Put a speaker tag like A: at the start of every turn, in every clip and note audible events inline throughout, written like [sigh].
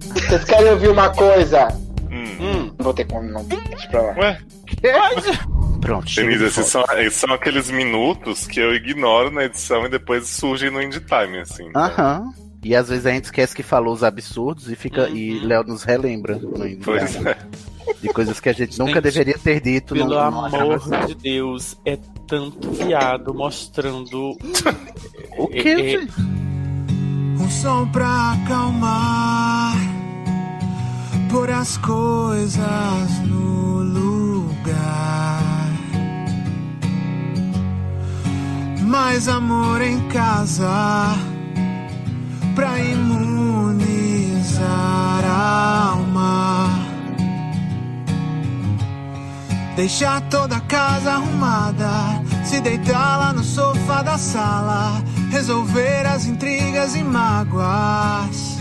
A: Vocês querem ouvir uma coisa?
B: Hum.
A: Hum, vou ter como não. Deixa pra lá.
B: Ué,
C: Pronto, chega
B: Denise,
C: de
B: esses
C: foto.
B: são, esses são aqueles minutos que eu ignoro na edição e depois surgem no end time, assim. então.
C: Aham. E às vezes a gente esquece que falou os absurdos e fica. E
D: Uhum.
C: Léo nos relembra no
B: Pois
C: Instagram
B: é.
C: de coisas que a gente nunca
D: Gente,
C: deveria ter dito.
D: Pelo
C: numa- numa gravação.
D: amor de Deus, é tanto viado mostrando.
E: [laughs]
C: O
D: É,
C: que,
D: é,
C: gente?
F: Um som pra acalmar, pôr as coisas no lugar. Mais amor em casa, pra imunizar a alma. Deixar toda a casa arrumada, se deitar lá no sofá da sala, resolver as intrigas e mágoas.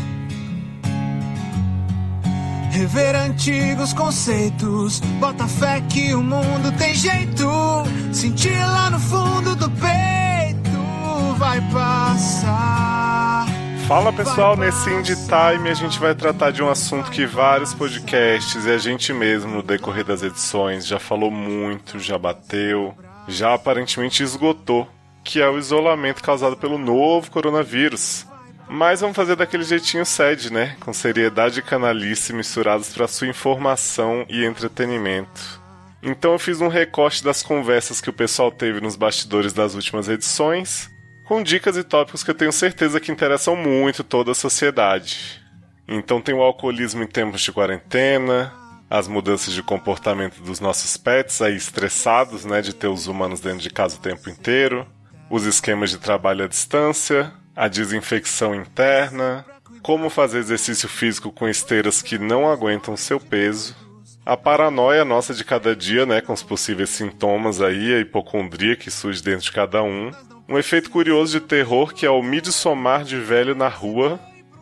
F: Rever antigos conceitos, bota fé que o mundo tem jeito, sentir lá no fundo do peito, vai passar.
B: Fala pessoal, nesse Indie Time a gente vai tratar de um assunto que vários podcasts e a gente mesmo no decorrer das edições já falou muito, já bateu, já aparentemente esgotou, que é o isolamento causado pelo novo coronavírus. Mas vamos fazer daquele jeitinho sede, né? Com seriedade e canalice misturados para sua informação e entretenimento. Então eu fiz um recorte das conversas que o pessoal teve nos bastidores das últimas edições, com dicas e tópicos que eu tenho certeza que interessam muito toda a sociedade. Então tem o alcoolismo em tempos de quarentena, as mudanças de comportamento dos nossos pets aí estressados, né, de ter os humanos dentro de casa o tempo inteiro, os esquemas de trabalho à distância, a desinfecção interna, como fazer exercício físico com esteiras que não aguentam seu peso, a paranoia nossa de cada dia, né, com os possíveis sintomas aí, a hipocondria que surge dentro de cada um. Um efeito curioso de terror que é o me somar de velho na rua.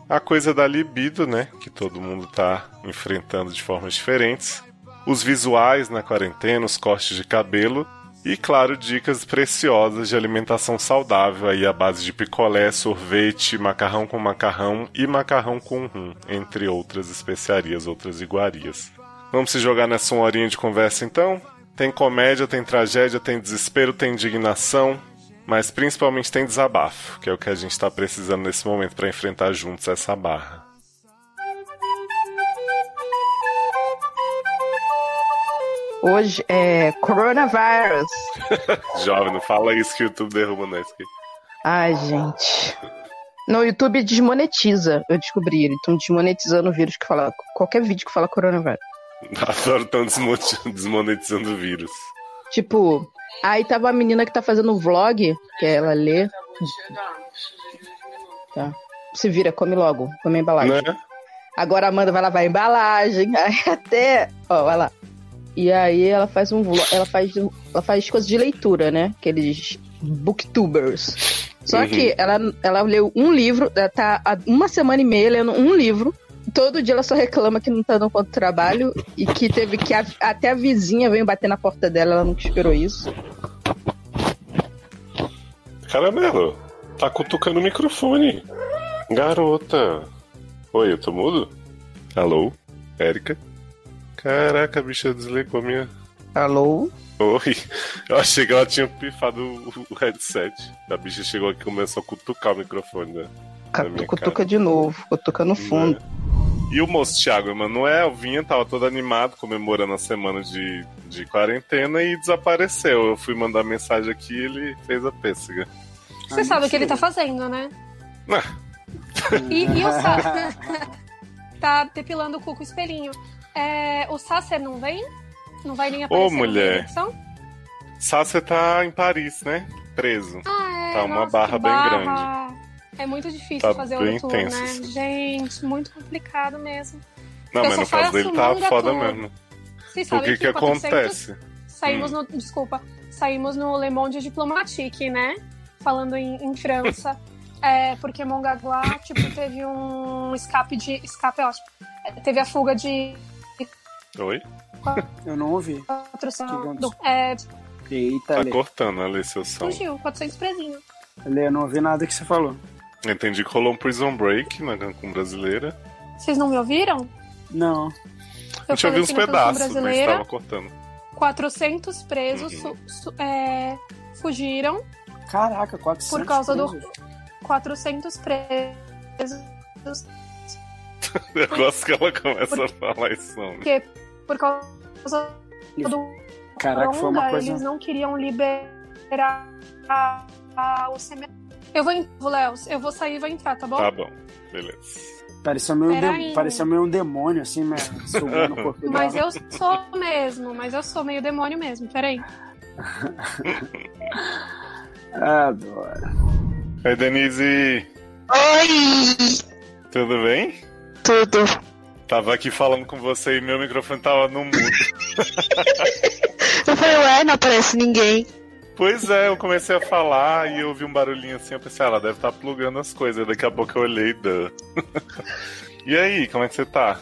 B: A coisa da libido, né, que todo mundo tá enfrentando de formas diferentes. Os visuais na quarentena, os cortes de cabelo. E, claro, dicas preciosas de alimentação saudável aí à base de picolé, sorvete, macarrão com macarrão e macarrão com rum, entre outras especiarias, outras iguarias. Vamos se jogar nessa uma horinha de conversa então? Tem comédia, tem tragédia, tem desespero, tem indignação, mas principalmente tem desabafo, que é o que a gente tá precisando nesse momento pra enfrentar juntos essa barra. [laughs]
G: Hoje é coronavírus.
B: Jovem, não fala isso que o YouTube derruba nós aqui.
G: Ai, gente. No YouTube desmonetiza, eu descobri. Eles estão desmonetizando o vírus que fala. Qualquer vídeo que fala coronavírus.
B: Adoro tão desmo- desmonetizando o vírus.
G: Tipo, aí tava a menina que tá fazendo vlog, que ela lê. Tá. Se vira, come logo, come a embalagem.
B: Né?
G: Agora a Amanda vai lavar a embalagem. [laughs] Aí até. Ó, vai lá. E aí ela faz um vlog. Ela faz, ela faz coisas de leitura, né? Aqueles booktubers. Só
B: Uhum.
G: que ela, ela leu um livro, ela tá há uma semana e meia lendo um livro. Todo dia ela só reclama que não tá dando conta do trabalho e que teve que. a- até a vizinha veio bater na porta dela, ela nunca esperou
B: É
G: isso.
B: Caramelo, é tá cutucando o microfone. Garota. Oi, eu tô mudo? Alô? Érica? Caraca, a bicha desligou a minha
C: Alô?
B: Oi, eu achei que ela tinha pifado o- o headset. A bicha chegou aqui e começou a cutucar o microfone, né? Na minha
G: Cutuca
B: cara. Né?
G: de novo, cutuca no fundo.
B: E o moço Thiago Emanuel vinha, tava todo animado, comemorando a semana de, de quarentena e desapareceu. Eu fui mandar mensagem aqui e ele fez a pêssega.
H: Você
B: Ah,
H: sabe o que ele tá fazendo, né? E, e o
B: [laughs]
H: Sasser tá depilando o cu com o espelhinho. É, o Sasser não vem? Não vai nem aparecer na
B: mulher.
H: eleição?
B: Sácia tá em Paris, né? Preso.
H: Ah, é,
B: Tá uma
H: nossa,
B: barra
H: que
B: bem
H: barra. É muito difícil
B: Tá
H: fazer
B: bem
H: o tour,
B: tenso,
H: né?
B: assim.
H: Gente, muito complicado mesmo.
B: Não,
H: Eu
B: mas
H: só
B: no caso
H: faço
B: dele tá
H: manga
B: foda
H: tour.
B: mesmo.
H: Vocês
B: O
H: sabem
B: que que
H: 400
B: acontece?
H: Saímos
B: Hum.
H: no. Desculpa. Saímos no Le Monde Diplomatique, né? Falando em, em França. É, porque Mongaguá, tipo, teve um escape de. Escape é ótimo. É, Teve a fuga de
B: Oi?
I: Eu não ouvi.
H: 400.
I: Digamos.
H: do- É,
I: Eita,
B: Tá
I: Lê.
B: cortando ali seu som.
H: fugiu, 400 presinhos.
I: Lê, eu não ouvi nada que você falou.
B: Entendi que rolou um Prison Break na Cancún brasileira.
H: Vocês não me ouviram?
I: Não.
B: Eu tinha
H: falei
B: ouvido uns
H: que na canção
B: pedaços, mas
H: brasileira,
B: tava Uhum. cortando.
H: 400 presos su- su- é, fugiram
I: Caraca, 400
H: por causa do
I: coisas.
H: 400 presos
B: [laughs] Eu gosto que ela começa a falar isso. né?
H: porque por causa do
I: Caraca, foi uma
H: Ronda,
I: coisa...
H: eles não queriam liberar a- a- o cemitério. Eu vou, en- vou Léo, eu vou sair e vou entrar, tá bom?
B: Tá bom, beleza.
I: Pareceu meio,
H: Peraí.
I: de... Pareceu meio um demônio, assim, mas sugando o
B: [laughs]
I: corpo
H: Mas
I: dela.
H: eu sou mesmo, mas eu sou meio demônio mesmo, peraí.
I: [laughs] Adoro.
B: Oi, Denise,
J: Oi!
B: tudo bem?
J: Tudo.
B: Tava aqui falando com você e meu microfone tava no mudo.
J: Eu falei, ué, não aparece ninguém.
B: Pois é, eu comecei a falar e eu ouvi um barulhinho assim, eu pensei, ah, ela deve estar plugando as coisas. Daqui a pouco eu olhei e dã. [laughs] E aí, como é que você tá?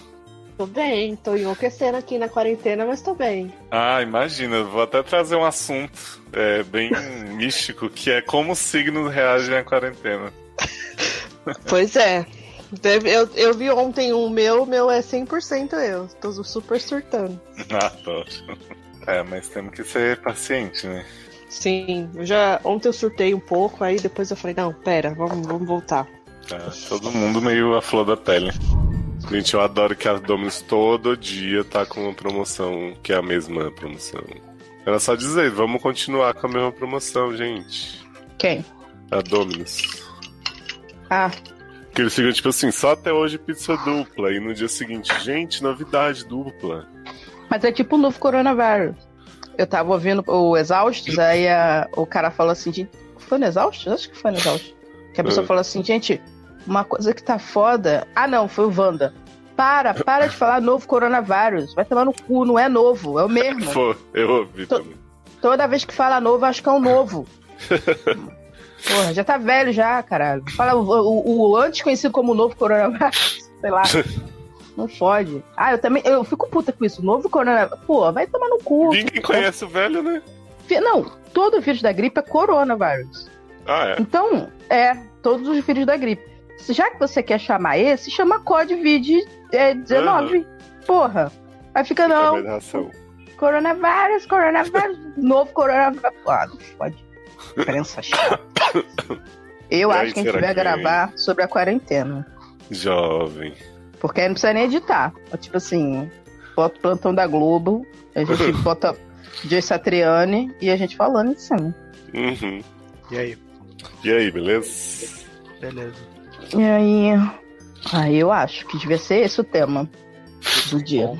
K: Tô bem, tô enlouquecendo aqui na quarentena, mas tô bem.
B: Ah, imagina, eu vou até trazer um assunto é, bem místico, que é como os signos reagem à quarentena. [laughs]
K: Pois é. Deve- eu, eu vi ontem o meu, o meu é 100% eu. Tô super surtando.
B: Ah, tô. É, mas temos que ser paciente, né?
K: Sim, eu já ontem eu surtei um pouco, aí depois eu falei, não, pera, vamos, vamos voltar.
B: Tá, todo mundo meio à flor da pele. Gente, eu adoro que a Dominus todo dia tá com uma promoção que é a mesma promoção. Era só dizer, vamos continuar com a mesma promoção, gente.
G: Quem?
B: A Dominus.
G: Ah,
B: Que eles ficam tipo assim, só até hoje pizza dupla. E no dia seguinte, gente, novidade dupla.
G: mas é tipo o novo coronavírus. Eu tava ouvindo o Exaustos, aí a- o cara falou assim, gente, foi no Exaustos? Acho que foi no Exaustos. Que a pessoa
B: É.
G: falou assim, gente, uma coisa que tá foda... Ah, não, foi o Wanda. Para, para de falar novo coronavírus. Vai tomar no cu, não é novo, é o mesmo.
B: Pô, eu ouvi
G: Tô-
B: também. [laughs]
G: Toda vez que fala novo, acho que é um novo. Porra, já tá velho já, caralho. Fala o, o, o antes conhecido como novo coronavírus, sei lá. Não pode. Ah, eu também. Eu fico puta com isso. Novo coronavírus. Pô, vai tomar no cu.
B: Ninguém conhece o velho, né?
G: Fi- Não, todo vírus da gripe é coronavírus.
B: Ah, é.
G: Então, é, todos os vírus da gripe. Se- Já que você quer chamar esse, chama COVID-19. Porra. Aí fica, não,
B: Também dá razão.
G: Coronavírus, coronavírus,
B: [laughs]
G: novo coronavírus. Ah, não pode. Crença chata. Eu
B: E aí,
G: acho que a gente
B: será
G: vai
B: que-
G: gravar sobre a quarentena.
B: Jovem.
G: Porque aí não precisa nem editar. É Tipo assim, bota o plantão da Globo, a
B: [laughs]
G: gente bota Joy Satriani e a gente falando em cima.
B: Uhum.
C: E aí?
B: E aí, beleza?
C: Beleza.
G: E aí. Aí eu acho que devia ser esse o tema do dia.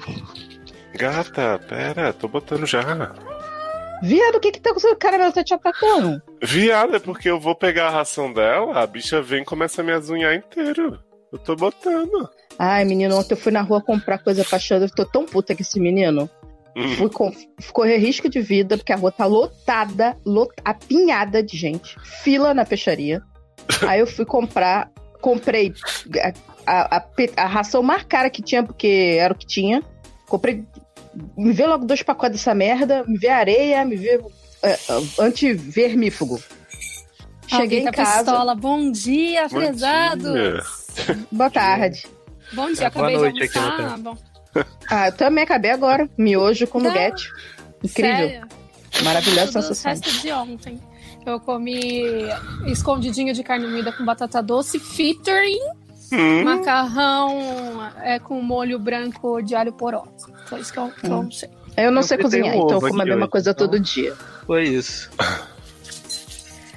B: Gata, pera, tô botando já.
G: Viado, o que que tá acontecendo? Cara, tá te atacando.
B: Viado, é porque eu vou pegar a ração dela, a bicha vem e começa a me azunhar inteiro. Eu tô botando.
G: Ai, menino, ontem eu fui na rua comprar coisa pra Xander. Eu tô tão puta com esse menino.
B: Hum,
G: Fui com- correr risco de vida, porque a rua tá lotada, lot, apinhada de gente, fila na peixaria. Aí eu fui comprar, comprei a, a- a pe- a ração mais cara que tinha, porque era o que tinha. Comprei, me vê logo dois pacotes dessa merda, me vê areia, me vê é, é, antivermífugo. Cheguei
L: Alguém
G: em
L: tá
G: casa.
L: Pistola. Bom dia,
B: Bom
L: prezados!
B: dia.
G: Boa tarde.
L: Bom dia,
D: É, boa
L: acabei
D: noite
L: de
D: aqui no
L: almoçar.
K: [laughs]
L: Bom,
G: Ah, eu também acabei agora. Miojo com
L: Não.
G: nuguete. Incrível.
L: sério,
G: Maravilhosa
L: tudo o
G: sensação.
L: resto de ontem. Eu comi escondidinho de carne moída com batata doce, featuring
B: Hum,
L: macarrão é, com molho branco de alho poró. Foi isso que eu, que eu
G: Hum.
L: almocei.
G: Eu não
D: Eu
G: sei
D: fritei
G: cozinhar,
D: um
G: então eu
D: ovo
G: como a
D: aqui
G: mesma
D: hoje,
G: coisa
D: então.
G: todo dia.
D: Foi isso.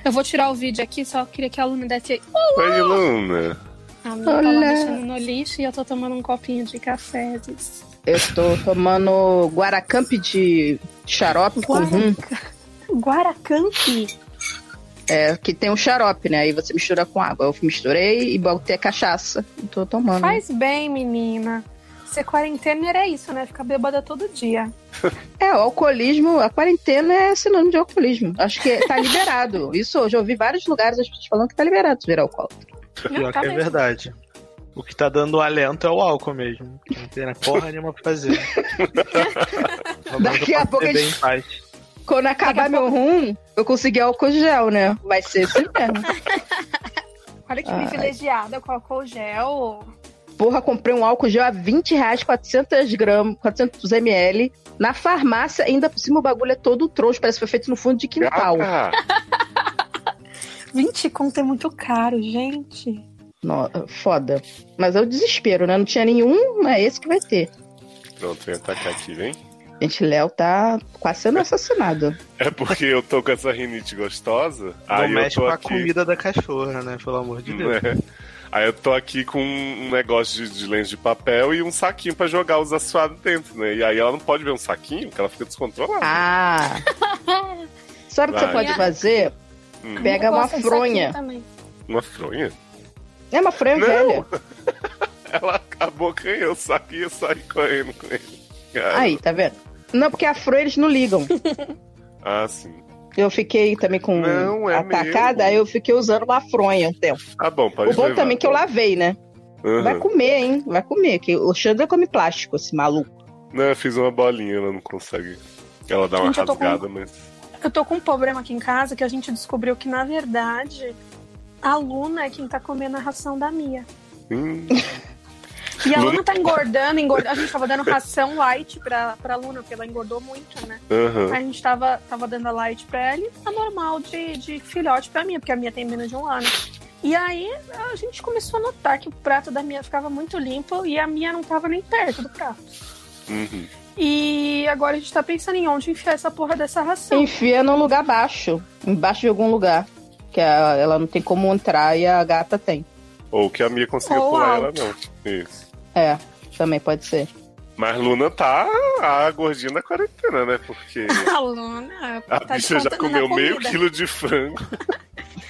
L: Eu vou tirar o vídeo aqui, só queria que a aluna desse. Uh!
B: Oi, Luna.
L: A minha tá lá
G: Olá.
L: mexendo no lixo e eu tô tomando um copinho de café. diz.
G: Eu tô tomando Guaracamp de xarope com
L: Guara-
G: rum.
L: Guaracampi?
G: É, que tem um xarope, né? Aí você mistura com água. Eu misturei e botei a cachaça. E tô tomando.
H: Faz bem, menina. Ser quarentena era isso, né? Ficar bêbada todo dia.
G: É, o alcoolismo, a quarentena é sinônimo de alcoolismo. Acho que tá liberado. Isso eu já ouvi em vários lugares as pessoas falando que tá liberado virar alcoólatra.
H: Não,
D: Pior
H: tá
D: que é
H: mesmo.
D: verdade. O que tá dando alento é o álcool mesmo. que Não tem né, porra nenhuma pra fazer.
G: [laughs]
D: Pelo menos
G: Daqui
D: eu
G: a
D: posso
G: pouco
D: beber
G: eles-
D: em paz.
G: Quando acabar meu rum, eu consegui álcool gel, né? Vai ser assim mesmo.
H: Olha que
G: Ai.
H: privilegiada com álcool gel.
G: Porra, comprei um álcool gel a 20 reais, 400 gramas, 400 ml, na farmácia, ainda por cima o bagulho é todo trouxa, parece que foi feito no fundo de quintal.
B: Gata.
H: 20 conto é muito caro, gente.
G: No- foda. Mas é o desespero, né? Não tinha nenhum, mas é esse que vai ter.
B: Pronto, vem atacar aqui, vem.
G: Gente, Léo tá quase sendo assassinado.
B: É porque eu tô com essa rinite gostosa.
D: Não
B: aí
D: mexe
B: Ah, eu tô
D: com a
B: aqui,
D: comida da cachorra, né? Pelo amor de Deus.
B: né? Aí eu tô aqui com um negócio de, de lenço de papel e um saquinho pra jogar os assuados dentro, né? E aí ela não pode ver um saquinho, porque ela fica descontrolada.
G: Ah! [laughs] Sabe o que você
B: Vai.
G: pode fazer?
B: Hum,
G: Pega uma
H: um
G: fronha.
H: tá-
B: Uma fronha?
G: É uma fronha
B: Não.
G: velha.
B: Ela acabou ganhando o saquinho e saí correndo com ele. Cara.
G: Aí, tá vendo? Não, porque a fronha eles
B: [laughs]
G: não ligam.
B: Ah, sim.
G: Eu fiquei também com
B: Não, é
G: atacada, aí eu fiquei usando uma fronha um tempo.
B: Ah, bom, pode
G: o bom
B: levar.
G: também é que eu lavei, né?
B: Aham.
G: Vai comer, hein? Vai comer. Que o Xandra come plástico, esse maluco.
B: Não, eu fiz uma bolinha, ela não consegue. Ela dá uma
H: Gente, eu tô com-
B: rasgada, mas.
H: Eu tô com um problema aqui em casa que a gente descobriu que, na verdade, a Luna é quem tá comendo a ração da Mia.
B: Hum.
H: E a
B: Luna-
H: Luna tá engordando, engordando. A gente tava dando ração light pra, pra Luna, porque ela engordou muito, né?
B: Aham.
H: A gente tava, tava dando a light pra ela e a normal de, de filhote pra Mia, porque a Mia tem menos de um ano. E aí a gente começou a notar que o prato da Mia ficava muito limpo e a Mia não tava nem perto do prato.
B: Uhum.
H: E agora a gente tá pensando em onde enfiar essa porra dessa ração.
G: Enfia num lugar baixo. Embaixo de algum lugar. Que a- ela não tem como entrar e a gata tem.
B: Ou que a Mia conseguiu
G: Ou
B: pular
G: alto.
B: ela, não. Isso.
G: É, também pode ser.
B: Mas Luna tá a gordinha da quarentena, né?
H: [laughs]
B: Porque
H: A Luna
B: a
H: tá
B: bicha já
H: descontando na
B: comeu meio
H: comida.
B: quilo de frango.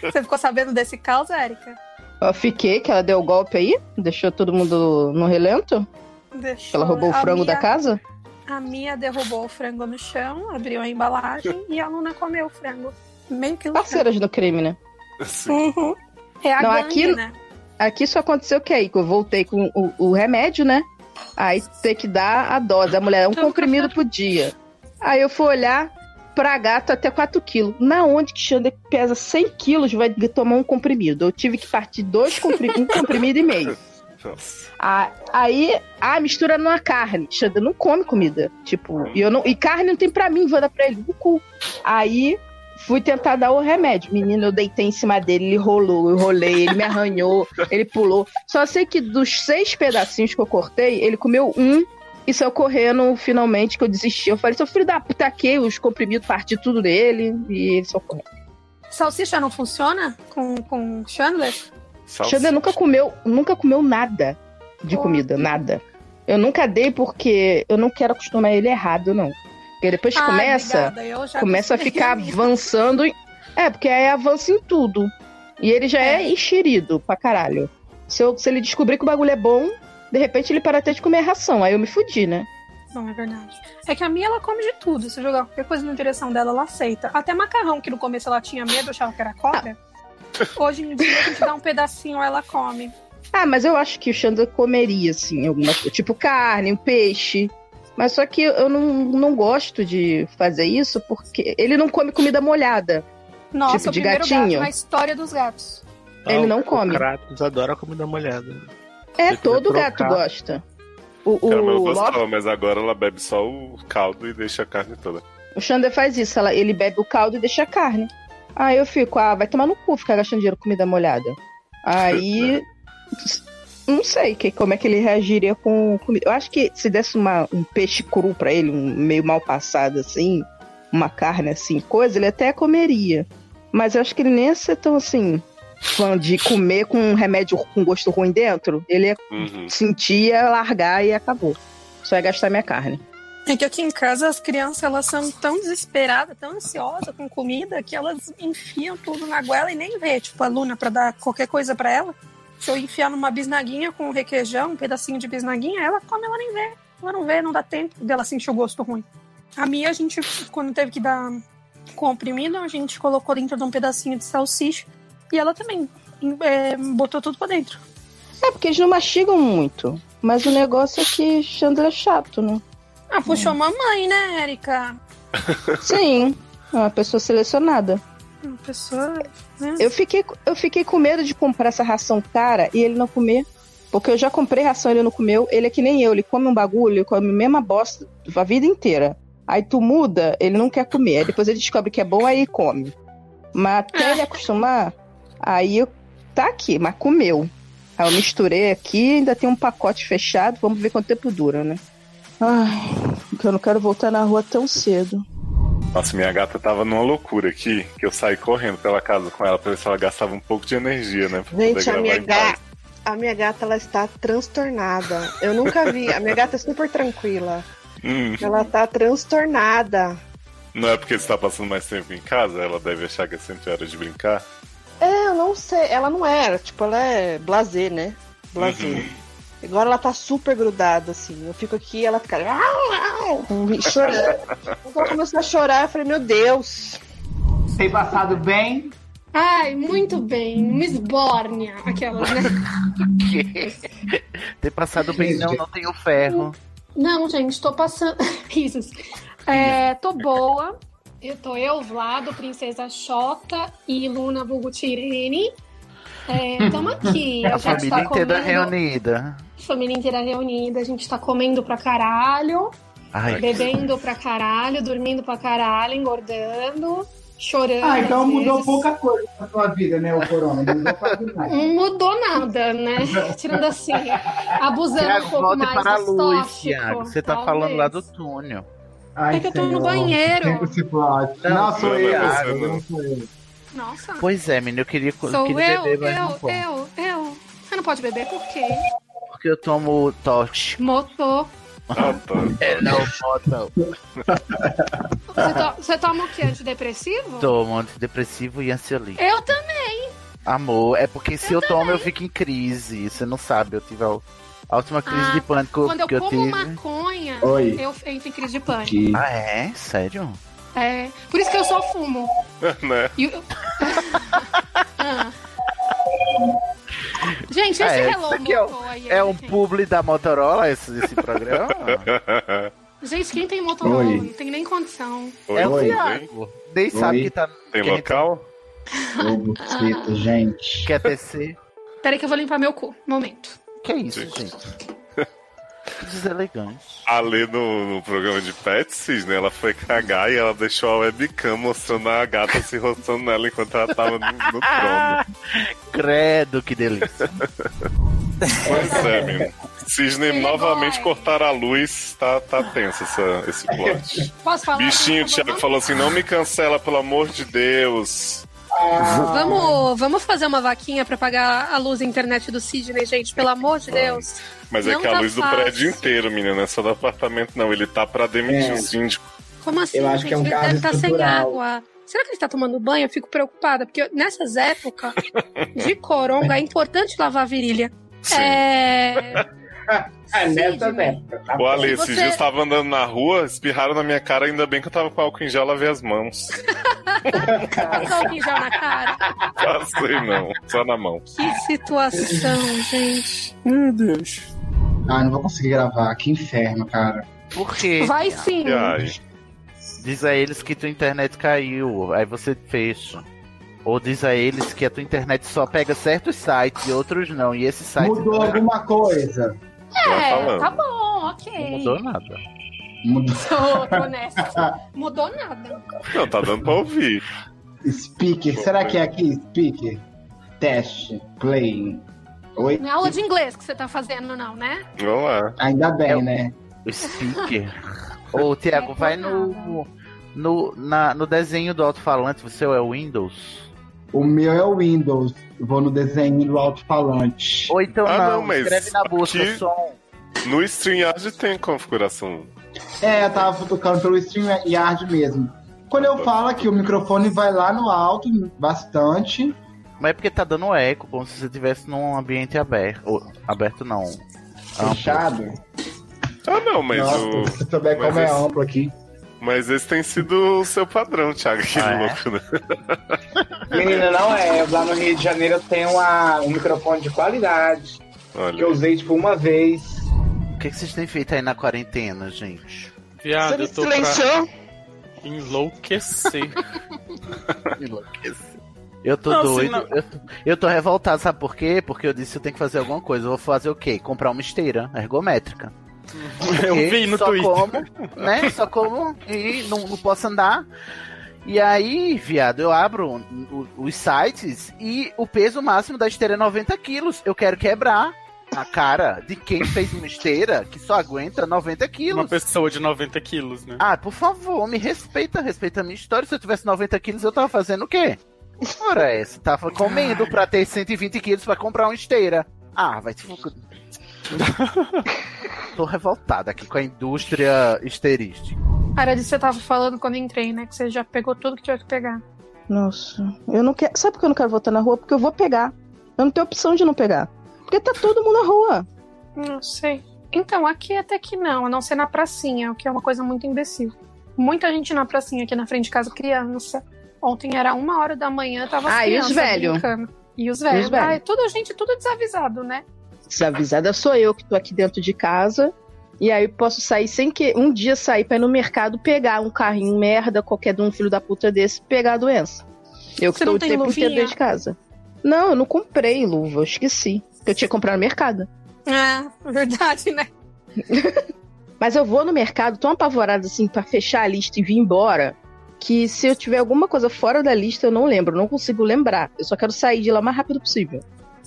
H: Você ficou sabendo desse caos, Érica?
G: Eu fiquei, que ela deu o golpe aí, deixou todo mundo no relento.
H: Deixou-
G: Ela roubou o
H: a
G: frango
H: Mia-
G: da casa.
H: A Mia derrubou o frango no chão, abriu a embalagem e a Luna comeu o frango. Meio quilo. de
G: Parceiras no crime, né?
H: frango. Uhum. É a
G: Não,
H: gangue,
G: aqui-
H: né?
G: Aqui só aconteceu o que aí? Que eu voltei com o, o remédio, né? Aí tem que dar a dose. A mulher, um comprimido por dia. Aí eu fui olhar pra gato até 4 quilos. Na onde que Xander que pesa 100 quilos vai tomar um comprimido? Eu tive que partir dois comprimidos, um comprimido e meio.
B: Nossa.
G: Ah, aí, ah, mistura numa carne. Xander não come comida. Tipo, e, eu não, e carne não tem pra mim, vou dar pra ele no cu. Aí fui tentar dar o remédio. Menino, eu deitei em cima dele, ele rolou, eu rolei, ele me arranhou, ele pulou. Só sei que dos seis pedacinhos que eu cortei, ele comeu um e saiu correndo finalmente que eu desisti. Eu falei, seu filho da puta, taquei os comprimidos, parti tudo dele e ele só comeu.
H: Salsicha não funciona com, com Chandler?
G: Xander nunca comeu, nunca comeu nada
H: Oh.
G: de comida, nada. Eu nunca dei porque eu não quero acostumar ele errado, não. Porque depois
H: Ai,
G: começa,
H: obrigada, eu já
G: começa a
H: acostumei
G: ficar
H: a minha.
G: avançando. em- É, porque aí avança em tudo. E ele já é, enxerido pra caralho. Se, eu- se ele descobrir que o bagulho é bom, de repente ele para até de comer ração. Aí eu me fudi, né?
H: Não, é verdade. É que a Mia, ela come de tudo. Se jogar qualquer coisa na direção dela, ela aceita. Até macarrão, que no começo ela tinha medo, achava que era cobra. Hoje em dia, a gente dá um pedacinho, ela come.
G: Ah, mas eu acho que o Xander comeria, assim, algumas coisas. Tipo carne, um peixe. Mas só que eu não, não gosto de fazer isso porque ele não come comida molhada.
H: Nossa,
G: tipo
H: o
G: de
H: primeiro
G: gatinho.
H: gato na história dos gatos.
G: Ele
B: É.
D: o-
G: não come.
D: O Kratos adora a comida molhada.
G: É, todo
D: trocar.
G: gato gosta. O, o,
B: Cara, mas eu
G: Loki-
B: gostava, mas agora ela bebe só o caldo e deixa a carne toda.
G: o Xander faz isso, ela- ele bebe o caldo e deixa a carne. Aí eu fico, ah, vai tomar no cu ficar gastando dinheiro com comida molhada. Aí. não sei que, como é que ele reagiria com comida. Eu acho que se desse uma- um peixe cru pra ele, um meio mal passado assim, uma carne assim, coisa, ele até comeria. Mas eu acho que ele nem ia ser tão assim, fã de comer com um remédio com gosto ruim dentro. Ele ia
B: Uhum.
G: sentir, ia largar e acabou. Só ia gastar minha carne.
H: É que aqui em casa as crianças elas são tão desesperadas, tão ansiosas com comida que elas enfiam tudo na goela e nem vê. Tipo, a Luna, pra dar qualquer coisa pra ela, se eu enfiar numa bisnaguinha com requeijão, um pedacinho de bisnaguinha, ela come, ela nem vê. Ela não vê, não dá tempo dela sentir o gosto ruim. A minha, a gente, quando teve que dar comprimido, a gente colocou dentro de um pedacinho de salsicha e ela também eh, botou tudo pra dentro.
G: É, porque eles não mastigam muito. Mas o negócio é que Xandra é chato, né?
H: Ah, puxou mamãe, né, Erika?
G: Sim, é uma pessoa selecionada.
H: Uma pessoa. né?
G: Eu fiquei, eu fiquei com medo de comprar essa ração cara e ele não comer. Porque eu já comprei ração, ele não comeu. Ele é que nem eu, ele come um bagulho, ele come a mesma bosta a vida inteira. Aí tu muda, ele não quer comer. Aí depois ele descobre que é bom, aí come. Mas até ele acostumar, aí eu- tá aqui, mas comeu. Aí eu misturei aqui, ainda tem um pacote fechado, vamos ver quanto tempo dura, né? Ai, porque eu não quero voltar na rua tão cedo.
B: Nossa, minha gata tava numa loucura aqui, que eu saí correndo pela casa com ela pra ver se ela gastava um pouco de energia, né? Pra
K: Gente, a minha,
B: em casa.
K: ga... a minha gata ela está transtornada. Eu nunca vi. A minha gata é super tranquila.
B: Hum,
K: Ela tá transtornada.
B: Não é porque você tá passando mais tempo em casa, ela deve achar que é sempre hora de brincar.
K: É, eu não sei. Ela não era. Tipo, ela é blazer, né? Blazer.
B: Uhum.
K: Agora ela tá super grudada, assim. Eu fico aqui e ela fica. "Au, au", Chorando. Quando ela começou a chorar, eu falei, meu Deus.
M: Tem passado bem?
H: Ai, muito bem. Uma esbórnia. Aquela, né?
C: Ter passado bem, não, não tenho ferro.
H: Não, gente, tô passando. [laughs] Risos. É, tô boa. Eu tô eu, Vlado, Princesa Xota e Luna Vulgo Tirene. É, tamo
C: [laughs]
H: aqui.
C: A
H: gente tá
C: família inteira
H: comendo-
C: reunida.
H: Família inteira reunida. A gente tá comendo pra caralho,
C: Ai,
H: bebendo pra caralho, dormindo pra caralho, engordando, chorando.
M: [laughs] Ah,
H: às
M: então mudou
H: vezes.
M: pouca coisa na sua vida, né, o Corona? Mudou quase [laughs] nada.
H: Não mudou nada, né?
C: [laughs]
H: Tirando assim, abusando
C: Tiago,
H: um pouco
C: volte
H: mais
C: para a
H: dos
C: luz,
H: tóxicos.
C: Tiago. Você tá
H: talvez.
C: falando lá do túnel.
M: Ai,
H: É que eu tô no
M: senhor.
H: banheiro.
M: Tempo se pode. Não,
C: Não,
M: sou
C: não,
M: eu.
C: não,
M: Thiago,
C: não.
M: não sou eu.
H: Nossa.
C: Pois é, menino, eu queria,
H: Sou eu,
C: queria beber, um mas não
H: eu,
C: posso.
H: eu, eu. Você não pode beber por quê?
C: Porque eu tomo tote.
H: Motor.
C: É, não, [laughs] moto.
H: Você, to- você toma o quê? Antidepressivo?
C: Tomo antidepressivo e ansiolítico.
H: Eu também.
C: Amor, é porque se eu, tomo, eu fico em crise. Você não sabe, eu tive a, a última crise
H: Ah,
C: de pânico
H: Quando eu
C: que eu
H: como
C: tive.
H: maconha,
C: Oi.
H: eu entro em crise de pânico.
C: Ah, é? Sério?
H: É, por isso que eu só fumo.
B: [laughs] né?
C: [laughs]
H: E eu- Ah. Gente, esse
C: É,
H: Hello
C: isso aqui é o-
H: Motor aí.
C: É um publi da Motorola esse, esse
B: [laughs]
C: programa?
H: Gente, quem tem Motorola
C: Oi.
H: não tem nem condição.
C: é o
M: oi,
C: Thiago. Nem sabe
M: Oi.
C: que tá.
B: Tem
C: que a gente-
B: local? É
M: Ô, buceta, gente.
C: Quer tecer?
H: Peraí que eu vou limpar meu cu. Momento.
C: Que isso, gente? Que deselegante.
B: A Lê no, no programa de Pets, né? Ela foi cagar e ela deixou a webcam mostrando a gata se roçando nela enquanto ela tava no, no trono.
C: Credo, que delícia.
B: Pois é, menino. Cisne novamente cortar a luz, tá, tá tenso essa, esse plot.
H: Posso falar?
B: Bichinho, o Thiago falou assim: não me cancela, pelo amor de Deus.
H: Vamos, vamos fazer uma vaquinha pra pagar a luz e a internet do Sidney, gente? Pelo amor de Deus.
B: Mas é
H: Não
B: que a
H: tá
B: luz do
H: fácil. É.
B: prédio inteiro, menina, não é só do apartamento, não. Ele tá pra demitir o síndico.
H: Como assim,
B: Eu acho que é um
H: gente? Ele
B: caso
H: deve estar sem
B: estrutural.
H: água. Será que ele está tomando banho? Eu fico preocupada, porque nessas épocas de coronga é importante lavar a virilha. É...
M: nessa Tá
B: Ô, Ale,
H: Tá Você-
B: esses dias eu tava andando na rua, espirraram na minha cara, ainda bem que eu tava com álcool em gel, lavei as
H: [laughs]
B: mãos.
H: Passou o já na cara.
B: Passei não, só na mão.
H: Que situação, gente.
M: Meu Deus. Ah, não vou conseguir gravar. Que inferno, cara.
C: Por quê?
H: Vai sim.
C: Diz a eles que tua internet caiu, aí você fecha. Ou diz a eles que a tua internet só pega certos sites e outros não. E esse site.
M: Mudou alguma coisa?
H: É, tá bom, ok.
C: Mudou nada.
M: Mudou.
H: Tô, tô nessa. Mudou nada.
B: Não, tá dando pra ouvir.
M: Speaker. Será que é aqui? Speaker. Teste. Play. Oi?
H: Não é aula de inglês que você tá fazendo, não, né?
B: Vamos lá.
M: Ainda bem,
A: É
M: né?
C: O speaker. Ô, Tiago, vai no. No, na- no desenho do alto-falante, você é o Windows?
M: O meu é o Windows. Eu Vou no desenho do alto-falante.
C: Ou então
B: Ah, não,
M: não,
B: mas.
M: escreve na busca,
B: aqui, No StreamYard tem configuração.
M: É, eu tava tocando pelo StreamYard mesmo. Quando eu falo aqui, o microfone vai lá no alto, bastante.
C: Mas é porque tá dando eco, como se você estivesse num ambiente aberto. Ou, aberto não. Amplo.
M: Fechado?
B: Ah, não, mas
M: Nossa,
B: o.
M: se souber
B: mas
M: como é
B: esse-
M: amplo aqui.
B: Mas esse tem sido o seu padrão, Thiago. Que
H: Ah, é?
B: louco, né?
A: Menina, não é. Lá no Rio de Janeiro eu tenho uma- um microfone de qualidade.
B: Olha.
A: Que eu usei, tipo, uma vez.
C: O que, que vocês têm feito aí na quarentena, gente?
E: Viado, eu tô pra
C: silenciou?
B: [laughs]
E: enlouquecer.
C: Enlouquecer. Eu tô
E: Não,
C: doido.
E: senão-
C: Eu, tô, eu tô revoltado, sabe por quê? Porque eu disse eu tenho que fazer alguma coisa. Eu vou fazer o quê? Comprar uma esteira ergométrica.
E: Eu
C: Porque
E: vi no
C: só
E: Twitter.
C: Como, né? Só como e não, não posso andar. E aí, viado, eu abro o- os sites e o peso máximo da esteira é 90 quilos. Eu quero quebrar a cara de quem fez uma esteira que só aguenta 90
E: Uma
C: quilos.
E: pessoa de 90 quilos, né?
C: Ah, por favor, me respeita, respeita a minha história. Se eu tivesse 90 quilos, eu tava fazendo o quê? Ora, essa, tava comendo pra ter 120 quilos pra comprar uma esteira. Ah, vai te. fu-
E: [laughs]
C: Tô revoltado aqui com a indústria esteirística.
H: Era disso que eu tava falando quando entrei, né? Que você já pegou tudo que tinha que pegar.
G: Nossa, eu não quero. Sabe por que eu não quero voltar na rua? Porque eu vou pegar. Eu não tenho opção de não pegar. Porque tá todo mundo na rua.
H: Não sei. Então, aqui até que não, a não ser na pracinha, o que é uma coisa muito imbecil. Muita gente na pracinha aqui na frente de casa, criança. Ontem era uma hora da manhã, tava as
G: Ah, e os
H: crianças
G: velho?
H: brincando. E os
G: E os
H: velhos.
G: velho?
H: Ah, é tudo gente, tudo desavisado, né?
G: Desavisada sou eu que tô aqui dentro de casa. E aí posso sair sem que. Um dia sair pra ir no mercado, pegar um carrinho merda, qualquer de um filho da puta desse, pegar a doença. Eu que
H: Você
G: tô
H: não
G: o
H: tem
G: tempo
H: luvinha?
G: inteiro dentro de casa. Não, eu não comprei luva, eu esqueci. Eu tinha que comprar no mercado.
H: Ah,
G: É.
H: [laughs] verdade, né?
G: [laughs] Mas eu vou no mercado tão apavorada assim pra fechar a lista e vir embora, que se eu tiver alguma coisa fora da lista eu não lembro, não consigo lembrar. Eu só quero sair de lá o mais rápido possível.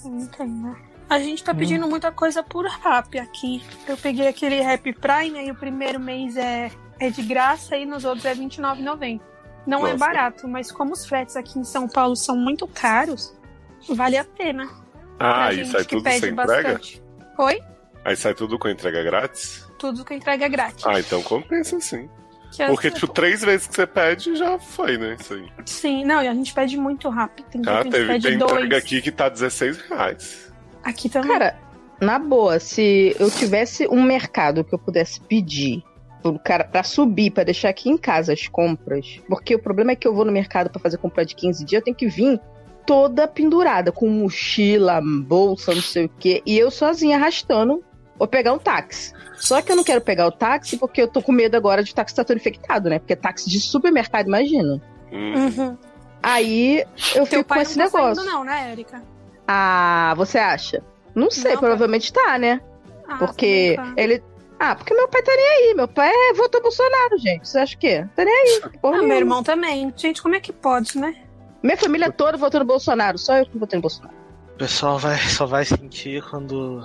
H: Entendo. A gente
B: Hum.
H: tá pedindo muita coisa por rap aqui. Eu peguei aquele Rap Prime, aí o primeiro mês é, é de graça e nos outros é R$29,90. Não é
G: Nossa.
H: barato, mas como os fretes aqui em São Paulo são muito caros, vale a pena.
B: Ah,
H: Pra
B: e
H: gente
B: sai
H: que
B: tudo
H: pede
B: sem entrega?
H: bastante. Oi?
B: Aí sai tudo com entrega grátis?
H: Tudo com entrega é grátis.
B: Ah, então compensa sim.
H: Que as-
B: Porque, tipo, três vezes que você pede, já foi, né? Isso aí.
H: Sim, não, e a gente pede muito rápido. Tem
B: Ah,
H: gente que
B: teve,
H: pede
B: tem
H: dois.
B: entrega aqui que tá 16 reais.
H: Aqui também.
G: Cara, na boa, se eu tivesse um mercado que eu pudesse pedir pro cara pra subir, pra deixar aqui em casa as compras, porque o problema é que eu vou no mercado pra fazer compra de 15 dias, eu tenho que vir toda pendurada, com mochila, bolsa, não sei o quê, e eu sozinha arrastando, ou pegar um táxi. Só que eu não quero pegar o táxi porque eu tô com medo agora de táxi estar todo infectado, né? Porque táxi de supermercado, imagina.
H: Uhum.
G: Aí eu
H: Teu
G: fico com
H: pai
G: esse
H: não tá
G: negócio.
H: saindo não, né, Erika?
G: Ah, você acha? Não sei, provavelmente tá, né?
H: Ah,
G: porque
H: também
G: ele. Ah, porque meu pai tá nem aí. Meu pai é votou Bolsonaro, gente. Você acha o quê? Tá nem aí. Porra
H: [laughs] Ah, meu
G: nenhuma.
H: irmão também. Gente, como é que pode, né?
G: Minha família toda votou no Bolsonaro. Só eu que não votei no Bolsonaro.
D: O pessoal vai, só vai sentir quando.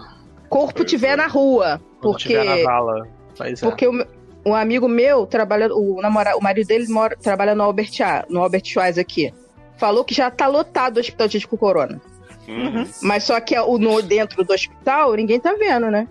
G: Corpo tiver na rua.
D: é. Quando
G: Porque.
D: tiver na vala. Pois é.
G: Porque o meu- um amigo meu trabalha, o, namora, o marido dele mora, trabalha no Albert, A- no Albert Schweitzer aqui. Falou que já tá lotado o hospital de gente com corona.
B: Uhum.
C: uhum.
G: Mas só que é o no, dentro do hospital, ninguém tá vendo, né?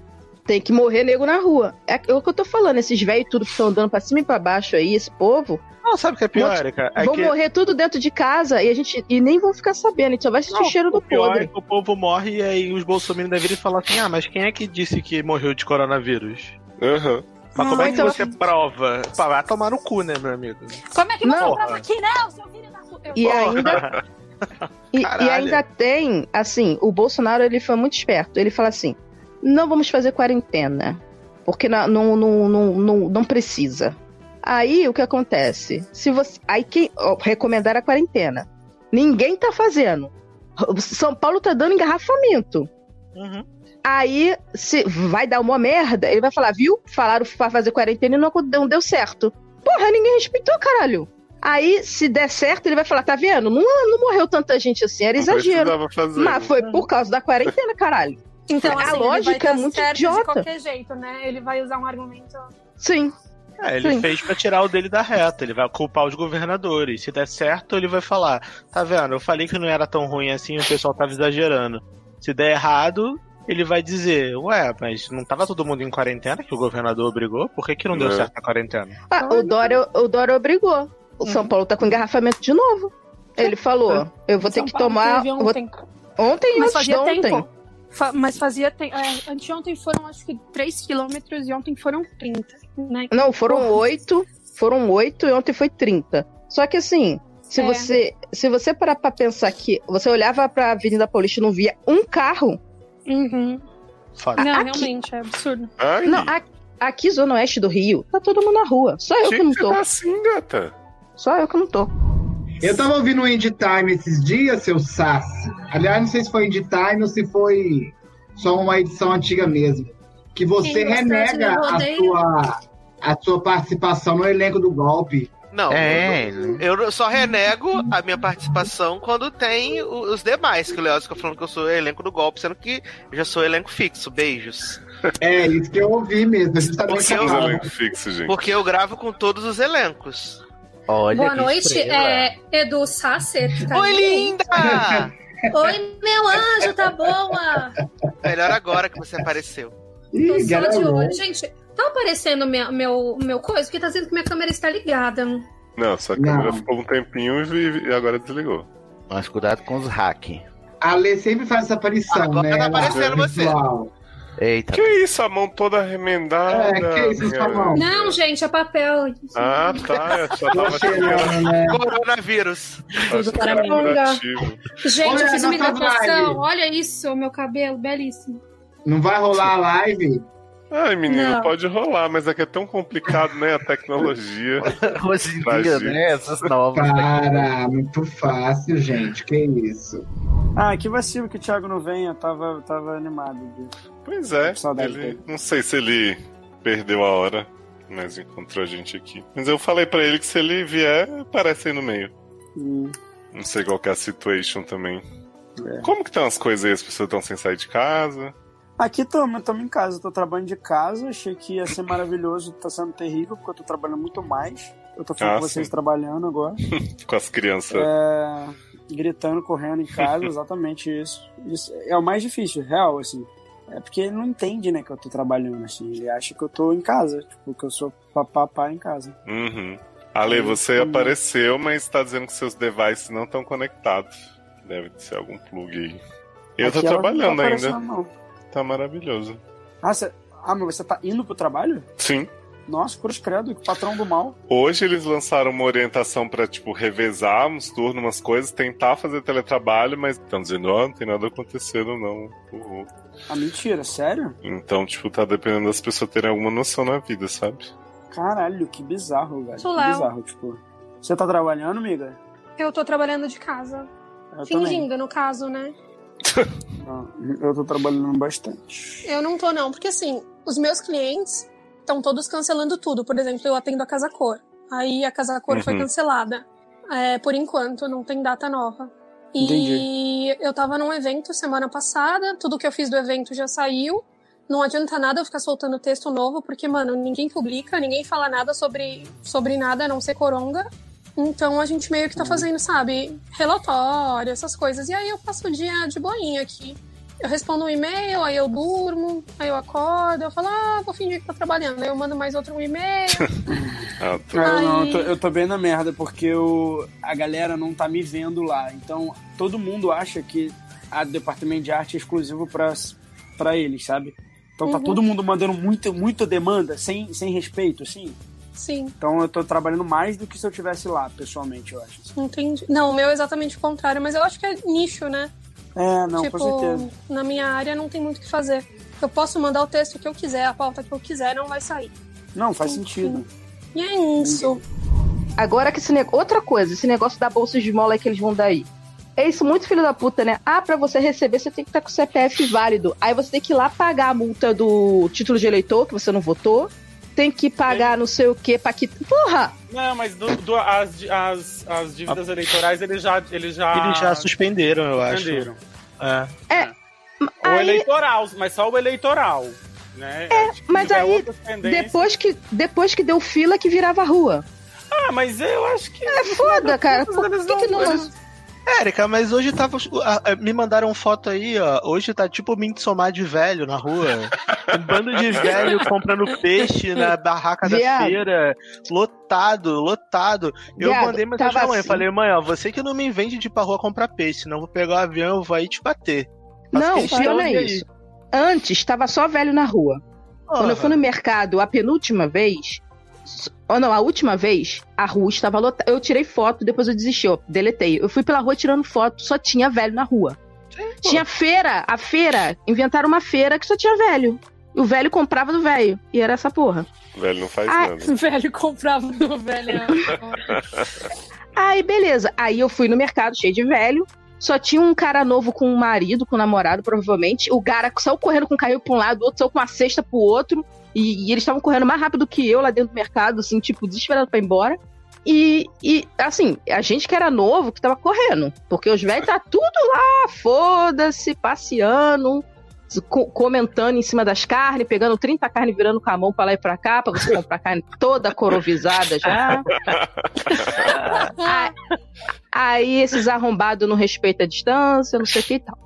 G: Tem que morrer nego na rua. É, o que eu tô falando, esses velhos tudo que estão andando pra cima e pra baixo aí, esse povo.
D: Não, sabe o que é pior, Erika? É
G: vão
D: que-
G: morrer tudo dentro de casa e a gente e nem vão ficar sabendo, a gente só vai sentir o cheiro do
D: O pior é
G: podre.
D: que o povo morre e aí os bolsominions devem vir e falar assim: ah, mas quem é que disse que morreu de coronavírus?
B: Aham.
D: Mas como
H: Ah,
D: é que
H: então-
D: você
G: assim-
D: prova? Pá, vai tomar no cu, né, meu amigo?
H: Como é que você
D: Não.
H: tava aqui, não, seu filho da puta? Eu-
G: E ainda- E, e
D: Caralho.
G: ainda tem, assim, o Bolsonaro ele foi muito esperto. Ele fala assim: não vamos fazer quarentena, porque na- não, não, não, não, não precisa. Aí o que acontece? Se você, aí quem ó, recomendar a quarentena? Ninguém tá fazendo. São Paulo tá dando engarrafamento. Aí se vai dar uma merda, ele vai falar, viu? Falaram pra fazer quarentena e não acon- não deu certo. Porra, ninguém respeitou, caralho. Aí, se der certo, ele vai falar, tá vendo? Não, não morreu tanta gente assim, era
B: Não
G: exagero.
B: precisava fazer.
G: Mas foi por causa da quarentena, caralho.
H: Então,
G: a
H: assim, ele vai
G: lógica é
H: tá
G: muito
H: certo De
G: idiota.
H: qualquer jeito, né? Ele vai usar um argumento.
G: Sim.
D: É, ele
G: Sim.
D: fez pra tirar o dele da reta, ele vai culpar os governadores. Se der certo, ele vai falar: tá vendo, eu falei que não era tão ruim assim, o pessoal tava exagerando. Se der errado, ele vai dizer: ué, mas não tava todo mundo em quarentena que o governador obrigou? Por que, que não deu
B: É.
D: certo a quarentena?
G: Ah, o Dória, o Dória obrigou.
H: Uhum.
G: O São Paulo tá com engarrafamento de novo. Ele falou, eu vou ter que
H: É. Paulo
G: tomar...
H: teve
G: eu vou-
H: ontem.
G: Ontem e
H: Mas
G: antes de
H: fazia
G: ontem.
H: tempo. Fa- mas fazia tempo. É, anteontem foram acho que 3 quilômetros e ontem foram 30, né?
G: Não, foram
H: Porra.
G: oito. Foram oito e ontem foi 30. Só que assim, se
H: É.
G: você se você parar pra pensar que você olhava pra Avenida Paulista e não via um carro.
H: Uhum.
D: Foda.
H: Não,
G: Aqui-
H: realmente, é absurdo.
G: Não, a- aqui, Zona
M: assim.
G: Oeste do Rio, tá todo mundo na rua. Só eu que, não tô.
B: assim, gata?
G: Só eu que não tô.
M: Eu tava ouvindo o Indie Time esses dias, seu Sass. Aliás, não sei se foi Indie Time ou se foi só uma edição antiga mesmo. Que você
N: Quem gostar de
M: renega
N: me
M: a
N: rodeia.
M: sua, a sua participação no elenco do golpe.
O: Não,
D: É,
O: eu,
D: né?
O: eu só renego a minha participação quando tem o- os demais, que o Leoz fica falando que eu sou elenco do golpe, sendo que eu já sou elenco fixo. Beijos.
M: É, isso que eu ouvi mesmo. é Justamente
O: Porque eu-
M: falando.
B: Elenco fixo, gente.
O: Porque eu gravo com todos os elencos.
C: Olha
H: Boa
C: que
H: noite,
C: estrela.
H: é, Edu Sasser. que tá
O: Oi,
H: aí.
O: linda! Ah,
H: Oi, meu anjo, tá boa?
O: Melhor agora que você apareceu.
H: Tô só
O: garoto.
H: de olho. Gente, tá aparecendo minha- meu, meu coisa? Porque tá dizendo que minha câmera está ligada.
B: Não, sua câmera ficou um tempinho e, e agora desligou.
C: Mas cuidado com os hacks.
M: A Lê sempre faz essa aparição, né?
B: tá
M: Ela-
B: aparecendo você.
M: visual.
C: Eita.
B: Que isso, a mão toda remendada.
M: É, que isso,
B: minha-
M: sua mão?
H: Não, gente, é papel.
B: Ah, tá, eu só tava chegando.
M: né?
O: Coronavírus.
H: Tudo
C: é
H: para
C: um
H: mim. Gente,
M: Olha
H: eu fiz uma
M: a nossa
H: hidratação.
M: vibe.
H: Olha isso, meu cabelo, belíssimo.
M: Não vai rolar a live?
B: Ai, menino,
H: Não.
B: pode rolar, mas é que é tão complicado, né? A tecnologia.
C: [laughs] Hoje em
B: Traz
C: dia,
B: isso.
C: né? Essas novas.
M: Cara, muito fácil, gente. Que isso.
I: Ah, que vacilo que o Thiago não venha. Tava, tava animado. Bicho.
B: Pois é.
I: Saudade
B: ele-
I: dele.
B: não sei se ele perdeu a hora, mas encontrou a gente aqui. Mas eu falei pra ele que se ele vier, aparece aí no meio. Não sei qual que é a situation também.
I: É.
B: Como que estão as coisas aí? As pessoas estão sem sair de casa?
I: Aqui estamos em casa, tô trabalhando de casa, achei que ia ser maravilhoso, tá sendo terrível, porque eu tô trabalhando muito mais. Eu tô falando
B: Ah,
I: com vocês
B: sim.
I: trabalhando
B: [laughs]
I: agora.
B: Com as crianças.
I: É, gritando, correndo em
B: [laughs]
I: casa, exatamente isso. Isso é o mais difícil, real, assim. É porque ele não entende, né, que eu tô trabalhando, assim. Ele acha que eu tô em casa, tipo, que eu sou papapá em casa.
B: Uhum. Ale, você apareceu, mas tá dizendo que seus devices não estão conectados. Deve ser algum plug aí. Eu tô
I: Aqui ela não
B: trabalhando
I: tá
B: ainda.
I: aparecendo, não.
B: Tá maravilhoso.
I: Ah, cê- ah, mas você tá indo pro trabalho?
B: Sim.
I: Nossa, cruz credo, que patrão do mal.
B: Hoje eles lançaram uma orientação pra, tipo, revezar uns turnos, umas coisas, tentar fazer teletrabalho, mas estão dizendo, ó, não tem nada acontecendo, não. Uhul.
I: Ah, mentira, sério?
B: Então, tipo, tá dependendo das pessoas terem alguma noção na vida, sabe?
I: Caralho, que bizarro, velho.
H: Sulau.
I: Que bizarro, tipo. Você tá trabalhando, amiga?
H: Eu tô trabalhando de casa.
I: Eu
H: Fingindo, no caso, né?
I: também. [laughs] Ah, Eu tô trabalhando bastante.
H: Eu não tô, não, porque assim, os meus clientes estão todos cancelando tudo. Por exemplo, eu atendo a Casa Cor. Aí a Casa Cor foi
N: Uhum.
H: cancelada. É, por enquanto, não tem data nova. E eu tava num evento semana passada, tudo que eu fiz do evento já saiu. Não adianta nada eu ficar soltando texto novo, porque, mano, ninguém publica, ninguém fala nada sobre, sobre nada, a não ser coronga. Então a gente meio que tá fazendo, sabe, relatório, essas coisas. E aí eu passo o dia de boinha aqui. Eu respondo um e-mail, aí eu durmo, aí eu acordo, eu falo, ah, vou fingir que tô trabalhando. Aí eu mando mais outro e-mail.
B: Ah,
I: Não, eu não,
H: Ai.
I: eu tô, eu tô bem na merda, porque eu, a galera não tá me vendo lá. Então, todo mundo acha que a departamento de arte é exclusivo pra, pra eles, sabe? Então tá
H: Uhum.
I: todo mundo mandando muito, muita demanda, sem, sem respeito, assim.
H: Sim.
I: Então eu tô trabalhando mais do que se eu tivesse lá, pessoalmente, eu acho.
H: Entendi. Não, o meu é exatamente o contrário, mas eu acho que é nicho, né?
I: É, não,
H: tipo,
I: com certeza. [laughs]
H: na minha área não tem muito o que fazer. Eu posso mandar o texto que eu quiser, a pauta que eu quiser, não vai sair.
I: Não, faz sentido.
H: E é isso.
G: Agora que esse negócio. Outra coisa, esse negócio da bolsa de mola que eles vão dar aí. É isso, muito filho da puta, né? Ah, pra você receber, você tem que estar com o CPF válido. Aí você tem que ir lá pagar a multa do título de eleitor, que você não votou. Tem que pagar não sei o quê, pra que. Porra!
E: Não, mas do- do- as, di- as, as dívidas
C: Ah.
E: eleitorais eles já. Eles já,
D: Eles já Ah, suspenderam, eu acho.
E: Suspenderam.
D: É.
E: O eleitoral, mas só o eleitoral. Né? É,
G: Mas
E: tiver
G: aí,
E: outras tendências-
G: depois que, depois que deu fila, que virava rua.
E: Ah, mas eu acho que.
G: É foda, cara. Por que, que não. é?
D: Érica, mas hoje tava. ah, ah, Me mandaram foto aí, ó. Hoje tá tipo Mintsomar de velho na rua. Um bando
O: [laughs]
D: de velho comprando peixe na barraca
G: Viado.
D: da feira. Lotado, lotado. Eu
G: Viado,
D: mandei mensagem pra
G: tava
D: mãe.
G: assim.
D: Falei, mãe, ó, você que não me invente de ir pra rua comprar peixe, senão eu vou pegar o avião e vou aí te bater. Mas
G: Não,
D: questão
G: pior não
D: de
G: é
D: aí.
G: isso. Antes, estava só velho na rua. Quando eu fui no mercado a penúltima vez, s- ou não, a última vez, a rua estava lotada. Eu tirei foto, depois eu desisti, eu deletei. Eu fui pela rua tirando foto, só tinha velho na rua. Tinha feira, a feira, inventaram uma feira que só tinha velho. E o velho comprava do velho. E era essa porra.
B: [laughs]
H: [laughs]
B: Velho, não faz
G: Ah,
B: nada.
H: velho comprava do velho.
G: Aí, beleza. Aí eu fui no mercado cheio de velho. Só tinha um cara novo com um marido, com um namorado, provavelmente. O cara saiu correndo com um carrinho pra um lado, o outro saiu com uma cesta pro outro. E, e eles estavam correndo mais rápido que eu lá dentro do mercado, assim, tipo, desesperado pra ir embora. E, e, assim, a gente que era novo, que tava correndo. Porque os velhos tá tudo lá, foda-se, passeando, co- comentando em cima das carnes, pegando 30 carnes, virando com a mão pra lá e pra cá, pra você comprar carne toda
F: [laughs]
G: corovisada já. Ah, Aí esses arrombados não respeitam a distância, não sei o que e tal.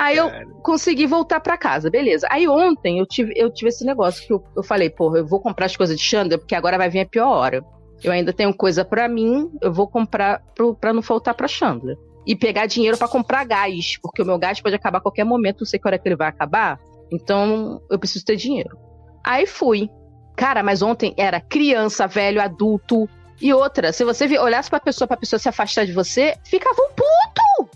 G: aí eu consegui voltar pra casa, beleza. Aí ontem eu tive, eu tive esse negócio que eu, eu falei, porra, eu vou comprar as coisas de Xander, porque agora vai vir a pior hora. Eu ainda tenho coisa pra mim, eu vou comprar pro, pra não faltar pra Chandler. E pegar dinheiro pra comprar gás, porque o meu gás pode acabar a qualquer momento, não sei que hora que ele vai acabar. Então eu preciso ter dinheiro. Aí fui. Cara, mas ontem era criança, velho, adulto. E outra, se você vi- olhasse pra pessoa, pra pessoa se afastar de você, ficava um puto!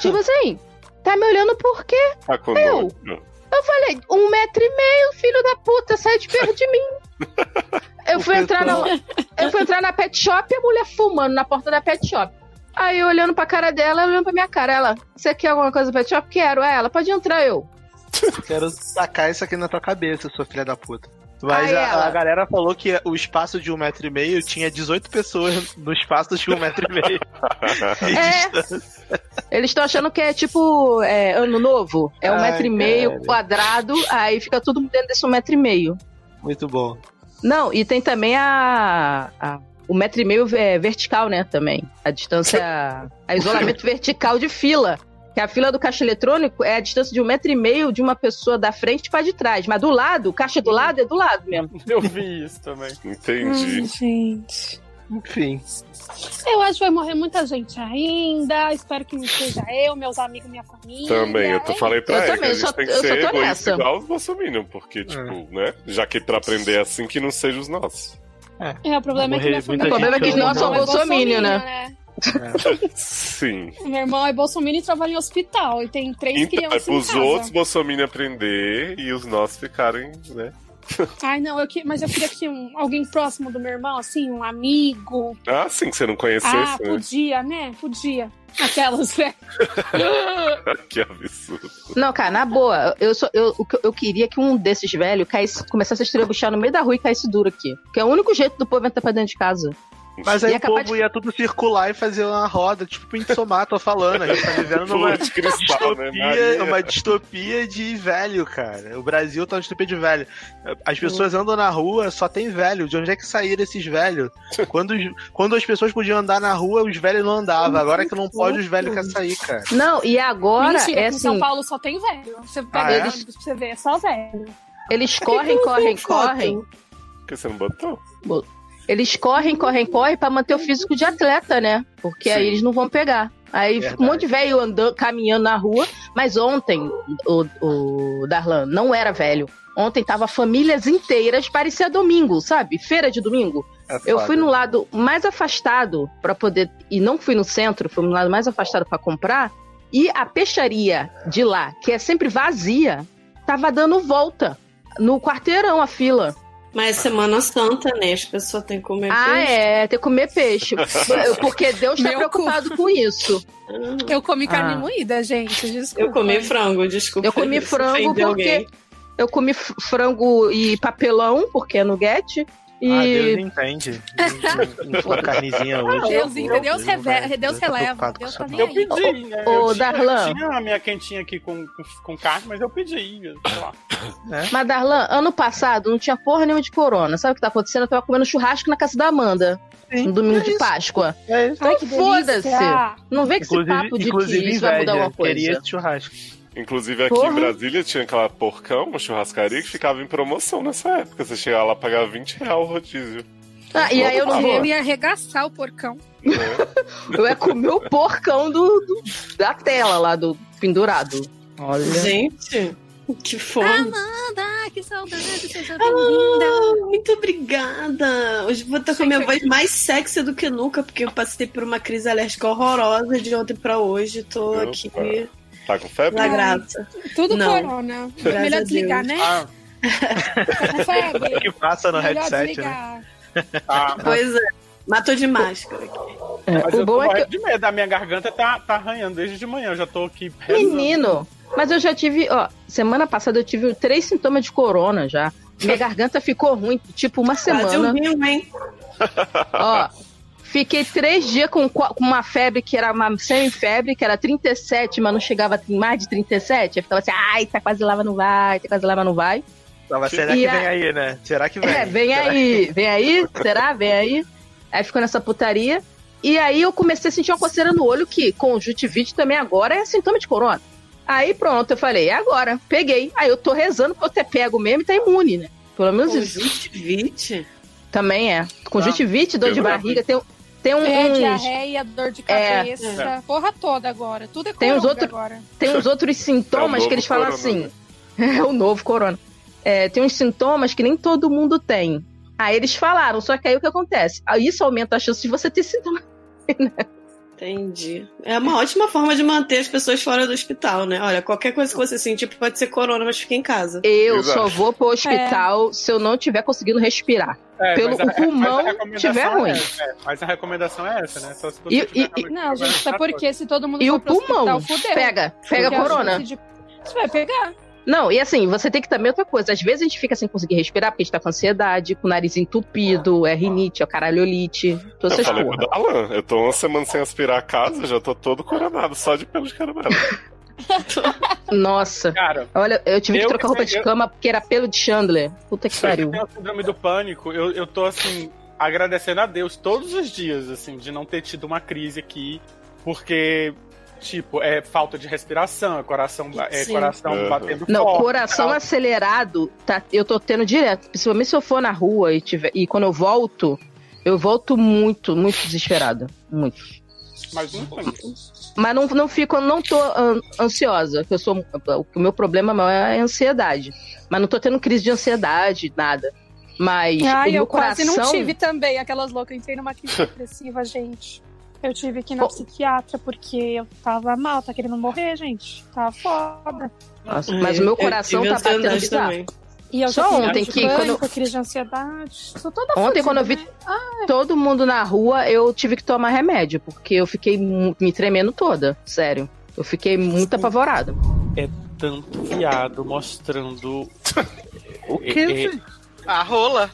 G: tipo assim, tá me olhando por quê?
B: Tá com
G: Eu.
B: nojo.
G: Eu falei, um metro e meio, filho da puta, sai de perto de mim. Eu fui, entrar na, eu fui entrar na pet shop e a mulher fumando na porta da pet shop. Aí eu olhando pra cara dela, olhando pra minha cara. Ela, você quer alguma coisa da pet shop? Quero. É, ela, pode entrar eu.
D: Quero sacar isso aqui na tua cabeça, sua filha da puta. Mas
G: Aí
D: a,
G: ela-
D: a galera falou que o espaço de um metro e meio tinha 18 pessoas no espaço de um metro e meio.
G: É. Eles estão achando que é tipo é, ano novo. É um
D: Ai,
G: metro e meio
D: cara.
G: quadrado, aí fica tudo dentro desse um metro e meio.
D: [laughs] Muito bom.
G: Não, e tem também a. a- o metro e meio é vertical, né? Também. A distância.
D: [coughs]
G: a isolamento vertical de fila. Que a fila do caixa eletrônico é a distância de um metro e meio de uma pessoa da frente para de trás. Mas do lado, o caixa do lado é do lado mesmo.
E: Eu vi isso também.
B: Entendi.
H: Ai, gente.
D: Enfim.
H: Eu acho que vai morrer muita gente ainda. Espero que não seja eu, meus amigos, minha família.
B: Também, eu tô, falei pra
H: Eu
B: ele, que
H: também,
B: a gente
H: só-
B: tem que
H: eu só
B: ser
H: tô
B: egoísta
H: nessa.
B: igual os bolsominion,
E: É.
B: porque, tipo, né, já que pra aprender é assim, que não seja os nossos.
H: É, o problema é que minha
B: Morrer muita
H: família.
B: O problema é que gente, nós
H: Meu irmão
B: somos bolsominion, né?
H: né?
B: [laughs] Sim.
H: Meu irmão é bolsominion e trabalha em hospital. E tem três
B: Então, é
H: crianças. em
B: pros
H: casa.
B: outros bolsominion aprender e os nossos ficarem, né?
H: Ai, não, eu que... mas eu queria que um... alguém próximo do meu irmão, assim, um amigo.
B: Ah, sim, que você não conhecesse,
H: ah,
B: né?
H: podia, né? Podia. Aquelas, né?
B: [laughs] que absurdo.
G: Não, cara, na boa, eu, só, eu, o que eu- eu queria que um desses velhos caísse, começasse a estrebuchar no meio da rua e caísse duro aqui. Que é o único jeito do povo entrar pra dentro de casa.
D: Mas aí
G: E é
D: o
G: capaz
D: povo ia tudo circular e fazer uma roda, tipo Pinsomato tô falando. A gente tá
B: [laughs]
D: vivendo numa
B: Putz, cristal, né,
D: distopia,
B: Maria?
D: uma distopia de velho, cara. O Brasil tá uma distopia de velho. As pessoas andam na rua, só tem velho. De onde é que saíram esses
B: [laughs]
D: velhos? Quando, os- quando as pessoas podiam andar na rua, os velhos não andavam. Agora que não pode, os velhos querem sair, cara.
G: Não, e agora
H: Mentira,
G: é
H: que em São
G: assim-
H: Paulo só tem velho. Você pega
D: Ah, é?
H: o ônibus pra você ver, é só velho.
G: Eles correm, correm, correm.
B: Por que você não botou?
G: Bo- Eles correm, correm, correm pra manter o físico de atleta, né? Porque aí eles não vão pegar. Aí fica um monte de velho andando, caminhando na rua. Mas ontem, o, o Darlan não era velho. Ontem tava famílias inteiras, parecia domingo, sabe? Feira de domingo.
J: É foda.
G: Eu fui no lado mais afastado pra poder. E não fui no centro, fui no lado mais afastado pra comprar. E a peixaria de lá, que é sempre vazia, tava dando volta no quarteirão a fila.
N: Mas
D: Ah.
N: Semana Santa, né? As pessoas têm que comer
G: Ah,
N: peixe.
G: é, ter que comer peixe. Porque Deus tá
N: Meu cu.
G: preocupado com isso.
D: Uhum.
H: Eu comi
G: Ah.
N: carne
H: moída, gente, desculpa.
N: Eu comi frango, Ah, desculpa. Ah,
G: Eu comi
N: se
G: frango
N: ofender
G: porque.
N: alguém.
G: Eu comi f- frango e papelão, porque é nuguete. E.
D: Ah, Deus entende. Uma [laughs] carnezinha hoje.
H: Ah, Deus
D: Não,
H: entende, Deus
D: não vai-
H: reve- Deus
D: tá
H: releva,
D: preocupado com
H: Deus
D: essa
H: tá
D: merda.
E: Eu pedi, né?
G: Ô,
E: eu tinha,
G: Darlan.
E: tinha a minha quentinha aqui com, com, com carne, mas eu pedi. sei lá.
N: É.
G: Mas, Darlan, ano passado não tinha porra nenhuma de corona. Sabe o que tá acontecendo? Eu tava comendo churrasco na casa da Amanda. no domingo
N: É
G: de Páscoa.
D: Então,
H: Ai, que
G: foda-se.
H: delícia.
G: Não vem com esse papo de que
D: inclusive
G: isso vai mudar
D: inveja,
G: alguma coisa.
D: queria esse churrasco.
B: Inclusive aqui
G: Porra.
B: em Brasília tinha aquela porcão, uma churrascaria que ficava em promoção nessa época. Você chegava lá pagava 20 reais o rodízio.
G: Ah, e aí eu não
H: Eu
G: vou.
H: ia arregaçar o porcão.
G: Eu ia comer o porcão do, do- da tela lá, do pendurado. Olha.
N: Gente, que fome.
H: Amanda, que saudade, seja
N: Ah,
H: bem-vinda.
N: muito obrigada. Hoje vou estar com a minha voz mais sexy do que nunca, porque eu passei por uma crise alérgica horrorosa de ontem pra hoje. Tô
B: Opa.
N: aqui
B: Tá com febre?
N: na graça.
H: Tudo
N: Não.
H: corona.
N: Graças a
H: Melhor
N: Deus.
H: desligar, né?
D: Ah.
H: Tá com
D: [laughs]
H: febre?
D: que passa no
H: Melhor
D: headset, né?
G: [laughs]
H: desligar.
D: Ah,
N: Pois é. Matou de máscara.
E: É,
N: Mas
E: Mas
N: o
E: eu
N: bom
E: tô
N: é que
E: morrendo de medo. A minha garganta tá, tá arranhando desde de manhã. Eu já tô aqui. rezando. [laughs]
G: Menino, mas eu já tive, ó, semana passada eu tive três sintomas de corona já. Minha garganta ficou ruim, tipo, uma
N: Quase um
G: semana.
N: rio, hein?
G: Ó, fiquei três dias com, co- com uma febre que era uma semi-febre, que era 37, mas não chegava a mais de 37. Eu ficava assim, ai, tá quase lá, mas não vai, tá quase lá, mas não vai.
D: Tava, será
G: E
D: que
G: a-
D: vem aí, né? Será que vem?
G: É, vem
D: Será
G: aí,
D: que-
G: vem aí, será? Vem aí. Aí ficou nessa putaria. E aí eu comecei a sentir uma coceira no olho, que conjuntivite também agora é sintoma de corona. Aí pronto, eu falei, é agora, peguei. Aí eu tô rezando pra eu ter pego mesmo e tá imune, né? Pelo menos isso.
N: Conjuntivite?
G: Também é. Conjuntivite, dor
N: Eu
G: de
N: nunca
G: barriga, tem, tem um.
H: É,
G: uns-
H: diarreia, dor de
G: É.
H: cabeça,
G: É.
H: porra toda agora. Tudo é
G: Tem uns
H: coronga
G: outro-
H: agora.
G: tem uns outros sintomas
H: É o
G: que eles
H: novo
G: falam
H: corona, né?
G: assim. [laughs] É o novo corona. É, tem uns sintomas que nem todo mundo tem. Aí eles falaram, só que aí o que acontece? Aí Isso aumenta a chance de você ter sintoma.
N: Entendi. É uma ótima forma de manter as pessoas fora do hospital, né? Olha, qualquer coisa que você sentir pode ser corona, mas fica em casa.
G: Eu só vou
P: É.
G: pro
H: É.
G: hospital se eu não tiver conseguindo respirar.
E: É,
G: Pelo
E: mas a-
G: o pulmão
E: mas a recomendação
G: tiver
E: é
G: ruim.
E: essa, é. Mas a recomendação é essa, né? Só se você
G: E-
E: tiver
G: e-
H: Não,
E: realmente
H: gente,
E: trabalhando
H: isso é
E: na
H: porque se todo mundo
G: E
H: for
G: o
H: pro
G: pulmão?
H: hospital, fudeu.
G: Pega, pega
H: Porque a
G: corona.
H: chance de- Você vai pegar.
G: Não, e assim, você tem que também outra coisa. Às vezes a gente fica sem conseguir respirar porque a gente tá com ansiedade, com o nariz entupido, é rinite, é caralholite, todas
B: eu
G: essas
B: falei
G: porra.
B: pro Dalan, eu tô uma semana sem aspirar a casa, já tô todo coronado, só de pelo de caramelo.
G: Nossa. Olha, eu tive
E: eu- assim,
G: que trocar roupa de
E: eu-
G: cama porque era pelo de Chandler. Puta que pariu.
E: Eu tenho a síndrome do pânico, eu, eu tô assim, agradecendo a Deus todos os dias, assim, de não ter tido uma crise aqui, porque, tipo, é falta de respiração, é coração, ba- é
G: Sim.
E: coração
B: Uhum.
E: batendo
G: Não,
E: forte,
G: coração é
E: tal.
G: acelerado, tá, eu tô tendo direto. Principalmente se eu for na rua e, tiver, e quando eu volto, eu volto muito, muito desesperada. Muito.
E: Mas não tem.
G: Mas não, não fico, eu não tô an- ansiosa. que Eu sou, o meu problema maior é a ansiedade. Mas não tô tendo crise de ansiedade, nada. Mas o
H: Ai,
G: meu
H: eu quase
G: coração.
H: não tive também aquelas loucas. Eu entrei numa crise depressiva, gente. Eu tive que ir na psiquiatra porque eu tava mal, tá querendo morrer, gente. Tava foda.
G: Nossa, mas
H: É,
G: o meu coração tá batendo bizarro.
H: E eu
G: Só
H: já tive
G: ontem
H: crise
G: que
H: de pânico,
G: quando-
H: crise de ansiedade. Tô toda
G: Ontem,
H: fodida,
G: quando eu vi
H: né?
D: Ah, é.
G: todo mundo na rua, eu tive que tomar remédio, porque eu fiquei mu- me tremendo toda, sério. Eu fiquei muito apavorada.
E: É tanto
G: [laughs]
E: viado mostrando. É, o
G: quê, gente?
O: A rola.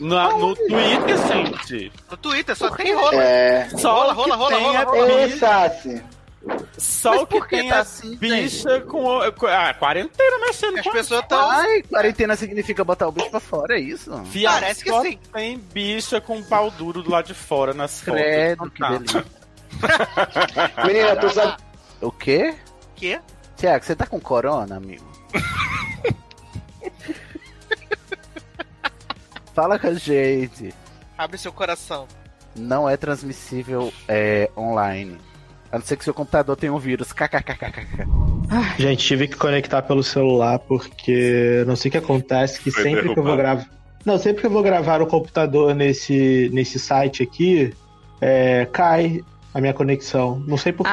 E: no Twitter, gente.
O: No Twitter só tem rola.
E: É.
O: Rola, rola, rola, rola, rola.
E: Sassi. Só o que tá assim, tem a bicha com, a- com a quarentena mexendo. As pessoas
C: Ai, quarentena significa botar o bicho pra fora, é isso?
E: Parece que sim. Tem bicha com pau duro do lado de fora nas fotos. tá.
C: Credo, que
E: [laughs]
C: delícia.
E: Menina, tu sabe-
C: O quê?
O: Quê?
C: Tiago, você tá com corona,
E: [laughs]
C: amigo? Fala com a gente.
O: Abre seu coração.
C: Não é transmissível é, online. A não ser que seu computador tenha um vírus. KKKKK.
D: Gente, tive que conectar pelo celular porque não sei o que acontece que
C: Foi
D: sempre que eu vou
C: derrubado.
D: gravar. Não, sempre que eu vou gravar o computador nesse, nesse site aqui, é, cai a minha conexão. Não sei porquê.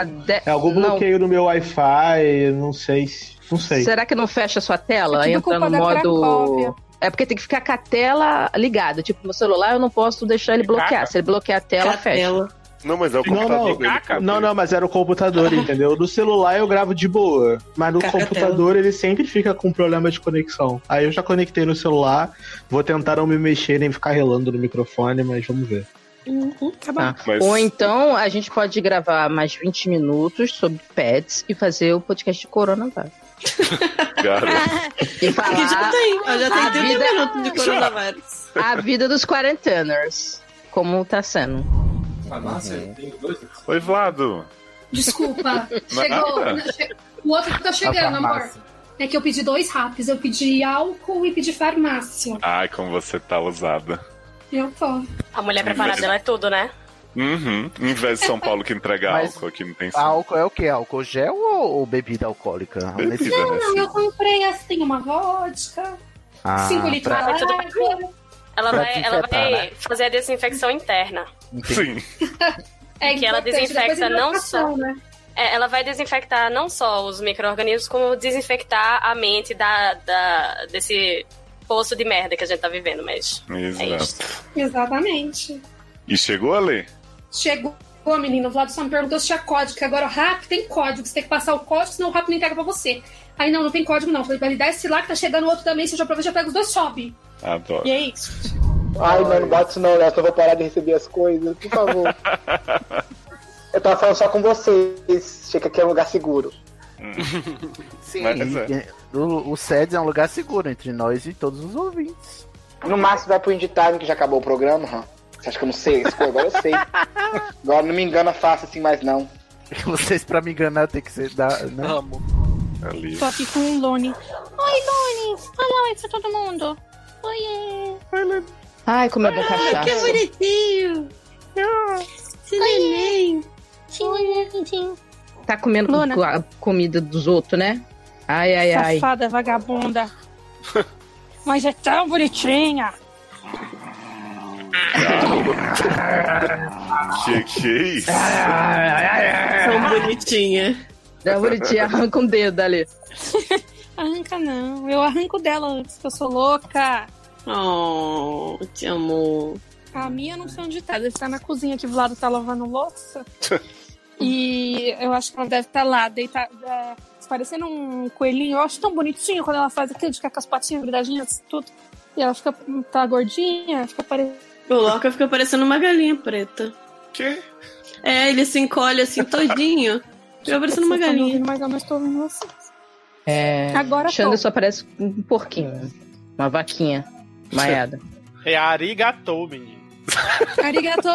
D: é algum,
G: de-
D: é algum
G: não.
D: bloqueio no meu Wi-Fi, não sei. se- Não sei.
G: Será que não fecha a sua
D: É
G: tela?
D: tudo
G: Entra
D: culpa
G: no
D: da
G: modo.
D: Cracóvia.
G: É porque tem que ficar com a tela ligada. Tipo, meu celular eu não posso deixar ele bloquear. Se ele bloquear a tela, fecha.
B: Não, mas é o
D: Não,
B: computador
D: não,
B: dele.
D: não, não, mas era o
G: [laughs]
D: computador, entendeu? No celular eu gravo de boa, mas no
G: Caca
D: computador ele sempre fica com problema de conexão. Aí eu já conectei no celular, vou tentar não me mexer nem ficar relando no microfone, mas vamos ver.
G: Tá
D: Uhum, bom. Mas-
G: Ou então a gente pode gravar mais 20 minutos sobre pets e fazer o podcast de coronavírus. E falar.
N: já tem, ó, já tem
G: a
N: 30
G: vida-
N: minutos de coronavírus.
G: A vida dos quarenteners. Como tá sendo. Uhum.
B: Oi, Vlado.
L: Desculpa.
B: [laughs] Não é
L: Chegou.
B: nada.
L: Che- O outro que tá chegando, amor.
B: farmácia.
L: É que eu pedi dois raps. Eu pedi álcool e pedi farmácia.
B: Ai, como você tá usada.
L: Eu tô.
P: A mulher
B: Mas-
P: preparada, ela é tudo, né?
B: Uhum. Em vez de São Paulo que entrega
C: Mas-
B: álcool, aqui não tem
G: tá
C: Álcool é o quê? Álcool gel ou, ou bebida alcoólica? Nesse-
L: Não,
H: né?
L: eu comprei assim, tem uma vodka,
C: Ah,
L: 5 litros
P: é
C: pra-
L: de água.
P: Ela
C: Pra
P: vai, ela
C: desinfetar,
P: vai
C: né?
P: fazer a desinfecção interna.
B: Sim.
L: É
P: que ela
L: importante, depois
P: desinfecta
L: a
P: não
L: hidratação,
P: só.
L: né?
P: É, ela vai desinfectar não só os micro-organismos, como desinfectar a mente da, da- desse poço de merda que a gente tá vivendo, mas. É isso.
B: Exato.
L: Exatamente.
B: E chegou a ler?
Q: Chegou, menino. O Vlad só me perguntou se tinha código, que agora o RAP tem código. Você tem que passar o código, senão o RAP não entrega pra você. Aí não, não tem código não. Falei, vai me dar esse lá que tá chegando outro também. Se eu já aproveito, já pego os dois, sobe.
B: Adoro.
Q: E é isso.
M: Ai, mano, bate isso não, Léo, eu vou parar de receber as coisas,
C: [laughs]
M: por favor. eu tava falando só com vocês. Chega aqui é um lugar seguro.
C: Sim,
M: Mas
C: assim, e-
M: é.
C: o, o SEDS é um lugar seguro entre nós e todos os ouvintes. [laughs]
M: No máximo vai pro Indie Time, que já acabou o programa. hã? Você acha que eu não sei? Pô, agora
C: [laughs]
M: eu sei. Agora não me engana fácil assim mais não.
C: Vocês, pra me enganar, tem que ser da. né? Não.
B: Ali.
H: Tô aqui com o Lone. Oi, Lone! Fala oi pra todo mundo. Oiê!
G: Ai, como é bom
H: Ah, que
G: cachaça.
H: bonitinho! Esse neném! Tchim,
G: Tá comendo
H: Luna.
G: com a comida dos outros, né? Ai, ai, ai.
H: Safada, vagabunda. Mas é tão bonitinha.
B: Que que é isso?
N: São bonitinha.
G: Já bonitinha, arranca um dedo ali.
H: Arranca não. Eu arranco dela antes, que eu sou louca.
N: Oh, te amo.
H: A minha eu não sei onde tá. Deve estar na cozinha que o Vlado tá lavando louça. E eu acho que ela deve estar lá, deitada, parecendo um coelhinho. Eu acho tão bonitinho quando ela faz aquilo de ficar com as patinhas grudadinhas, tudo. E ela fica, tá gordinha, fica parecendo.
N: O Loca fica parecendo uma galinha preta.
B: Quê?
N: É, ele se encolhe assim todinho. Fica parecendo uma galinha.
H: Mas eu não estou ouvindo vocês.
G: É...
H: Agora
G: Xander
H: tô.
G: só parece um porquinho. Uma vaquinha.
H: [laughs]
G: Maiada.
E: É arigatou, menino.
H: Arigato!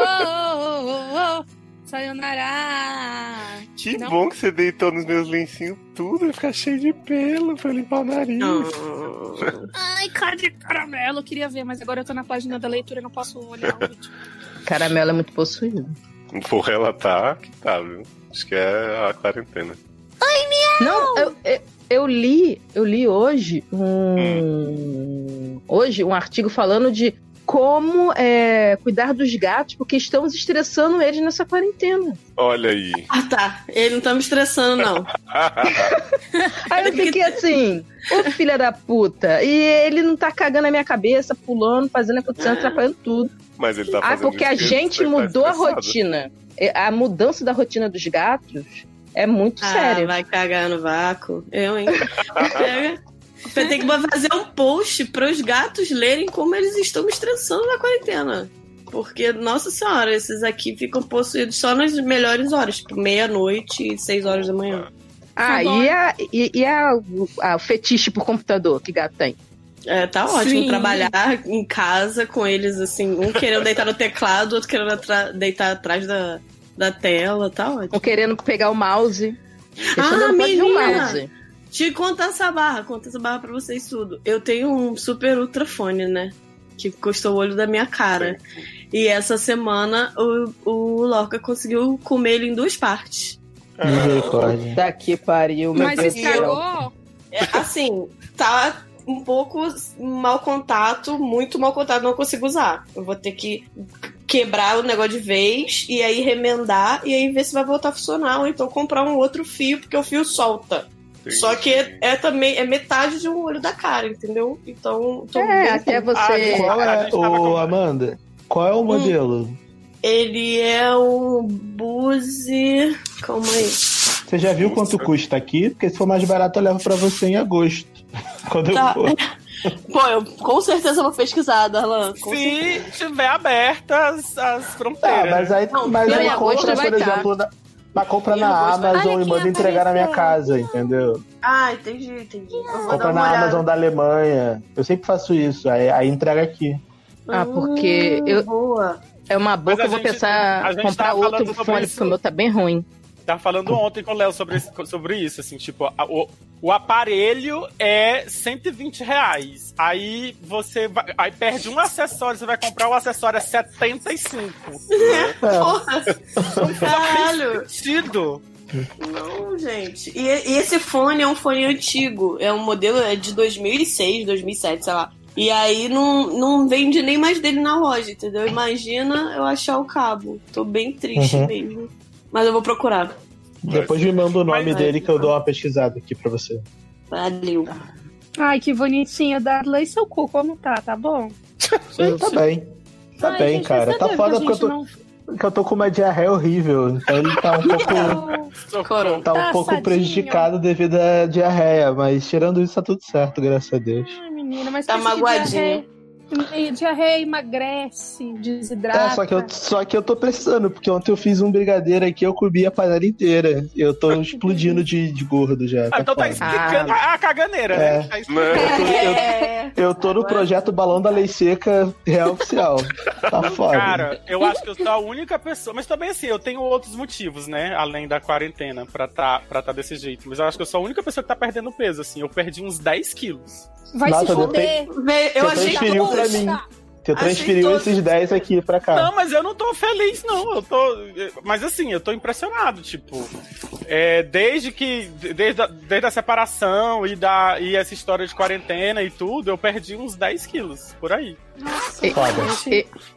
H: Sayonara!
R: Que
H: Não.
R: bom que você deitou nos meus lencinhos tudo, eu ficar cheio de pelo pra eu limpar o nariz.
E: Oh.
B: [laughs]
H: Ai, cara de caramelo, eu queria ver, mas agora eu tô na página da leitura, eu não posso olhar.
G: Caramelo é muito possuído.
B: Pô, ela tá que tá, viu? Acho que é a quarentena.
G: Ai, miau! Não, eu, eu, eu li, eu li hoje
N: Hum.
G: um. Hoje, um artigo falando de como é, cuidar dos gatos, porque estamos estressando eles nessa quarentena.
B: Olha aí. [laughs]
N: Ah, tá. Ele não tá me estressando, não.
G: Aí eu fiquei assim, ô filha da puta, e ele não tá cagando a minha cabeça, pulando, fazendo, acontecendo, atrapalhando tudo.
B: Mas ele tá
G: ah,
B: fazendo
G: porque a
B: isso mesmo,
G: gente
B: ele tá
G: mudou a
B: estressado.
G: rotina. É, A mudança da rotina dos gatos é muito
N: Ah,
G: séria.
N: vai cagar no vácuo. Eu, hein? Pega. Vai ter que fazer um post para os gatos lerem como eles estão me estressando na quarentena. Porque, nossa senhora, esses aqui ficam possuídos só nas melhores horas, tipo meia-noite e seis horas da manhã.
G: Ah, e, a, e, e a- a- o fetiche por computador que gato tem?
N: É, tá ótimo
G: Sim.
N: trabalhar em casa com eles, assim, um querendo deitar no teclado, outro querendo atra- deitar atrás da, da tela, tá ótimo.
G: Um querendo pegar o mouse.
N: Ah,
G: não pode ver o
N: menina!
G: mouse.
N: Te contar essa barra, conta essa barra pra vocês tudo. Eu tenho um super ultrafone, né? Que custou o olho da minha cara. E essa semana o, o Lorca conseguiu comer ele em duas partes.
R: Ah.
G: Misericórdia.
R: Tá
G: Daqui pariu, meu Deus do céu.
N: É, Assim, tá um pouco mau contato, muito mau contato, não consigo usar. Eu vou ter que quebrar o negócio de vez e aí remendar e aí ver se vai voltar a funcionar ou então comprar um outro fio porque o fio solta. Só que é, é também é metade de um olho da cara, entendeu? Então, tô
G: É,
N: bem-
G: até
R: Qual é, ô Amanda? Qual é o modelo?
N: Ele é um buzi. Calma aí.
R: Você já viu quanto custa aqui? Porque se for mais barato, eu levo pra você em agosto. [laughs] Quando
N: Tá.
R: eu for.
N: Pô, eu com certeza vou pesquisar, Darlan. com
E: Se tiver aberta as, as
D: Ah,
E: fronteiras.
R: Tá, mas aí,
E: Não,
R: mas
E: em
R: aí
E: agosto
R: compra,
E: vai
R: por
E: tá.
R: exemplo, na, mas compra na Amazon e manda entregar na minha casa, entendeu?
N: Ah, entendi, entendi. Eu vou dar
R: Compra
N: uma
R: na
N: olhada.
R: Amazon da Alemanha. Eu sempre faço isso, aí, aí entrega aqui.
N: Hum,
G: Ah, porque eu. É uma boa
E: Mas
G: que
E: a
G: eu vou
E: gente- a
G: pensar
E: gente
G: comprar
E: tava
G: outro
E: falando sobre
G: fone,
E: isso.
G: porque o meu tá bem ruim.
E: Tava Tá falando ontem com o Léo sobre, esse- sobre isso, assim, tipo, a- o, o aparelho é 120 reais. Aí você vai, aí perde um acessório, você vai comprar o acessório é 75.
I: É.
N: [laughs] Caralho!
E: Sentido.
N: Não, gente. E, e esse fone é um fone antigo. É um modelo é de 2006, 2007, sei lá. E aí não, não vende nem mais dele na loja, entendeu? Imagina eu achar o cabo. Tô bem triste
R: Uhum.
N: mesmo. Mas eu vou procurar.
R: Depois me manda o nome
N: Mas-
R: dele que eu dou uma pesquisada aqui pra você.
N: Valeu.
H: Ai, que bonitinho, Darla. E seu cu, como tá? Tá bom?
R: Sim, tá bem. Tá
L: Ai,
R: bem,
L: gente,
R: cara.
L: você
R: Tá
L: deve
R: foda
L: pra
R: porque eu, tô,
L: gente
R: porque eu tô com uma diarreia horrível. Então ele tá um pouco.
L: Corona.
R: Tá um
L: Tá
R: pouco
L: assadinho.
R: prejudicado devido à diarreia, mas tirando isso tá tudo certo, graças a Deus.
H: Ai, menina, mas
N: Tá
H: pensa que
N: magoadinha.
H: Diarreia, diarreia emagrece, desidrata.
R: É, só que, eu, só que eu tô precisando, porque ontem eu fiz um brigadeiro aqui, eu comi a panela inteira. E eu tô explodindo de, de gordo já.
E: Ah,
R: tá
E: então tá
R: foda.
E: explicando. Ah, a caganeira,
R: É.
E: né? Tá Ah,
R: Eu tô no projeto Balão da Lei Seca Real Oficial.
E: [laughs]
R: Tá foda.
E: Cara, eu acho que eu sou a única pessoa. Mas também assim, eu tenho outros motivos, né? Além da quarentena, pra tá, pra tá desse jeito. Mas eu acho que eu sou a única pessoa que tá perdendo peso, assim. Eu perdi uns 10 quilos.
H: Vai
R: Nossa, eu tenho-
N: Eu
R: Você
N: achei
R: transferiu
N: todos.
R: pra mim. Você
E: Achei
R: transferiu
E: todos.
R: esses 10 aqui pra cá.
E: Não, mas eu não tô feliz, não. Eu tô. Mas assim, eu tô impressionado, tipo. é, desde que. Desde a, desde a separação e, da, e essa história de quarentena e tudo, eu perdi uns 10 quilos por aí.
G: E- e-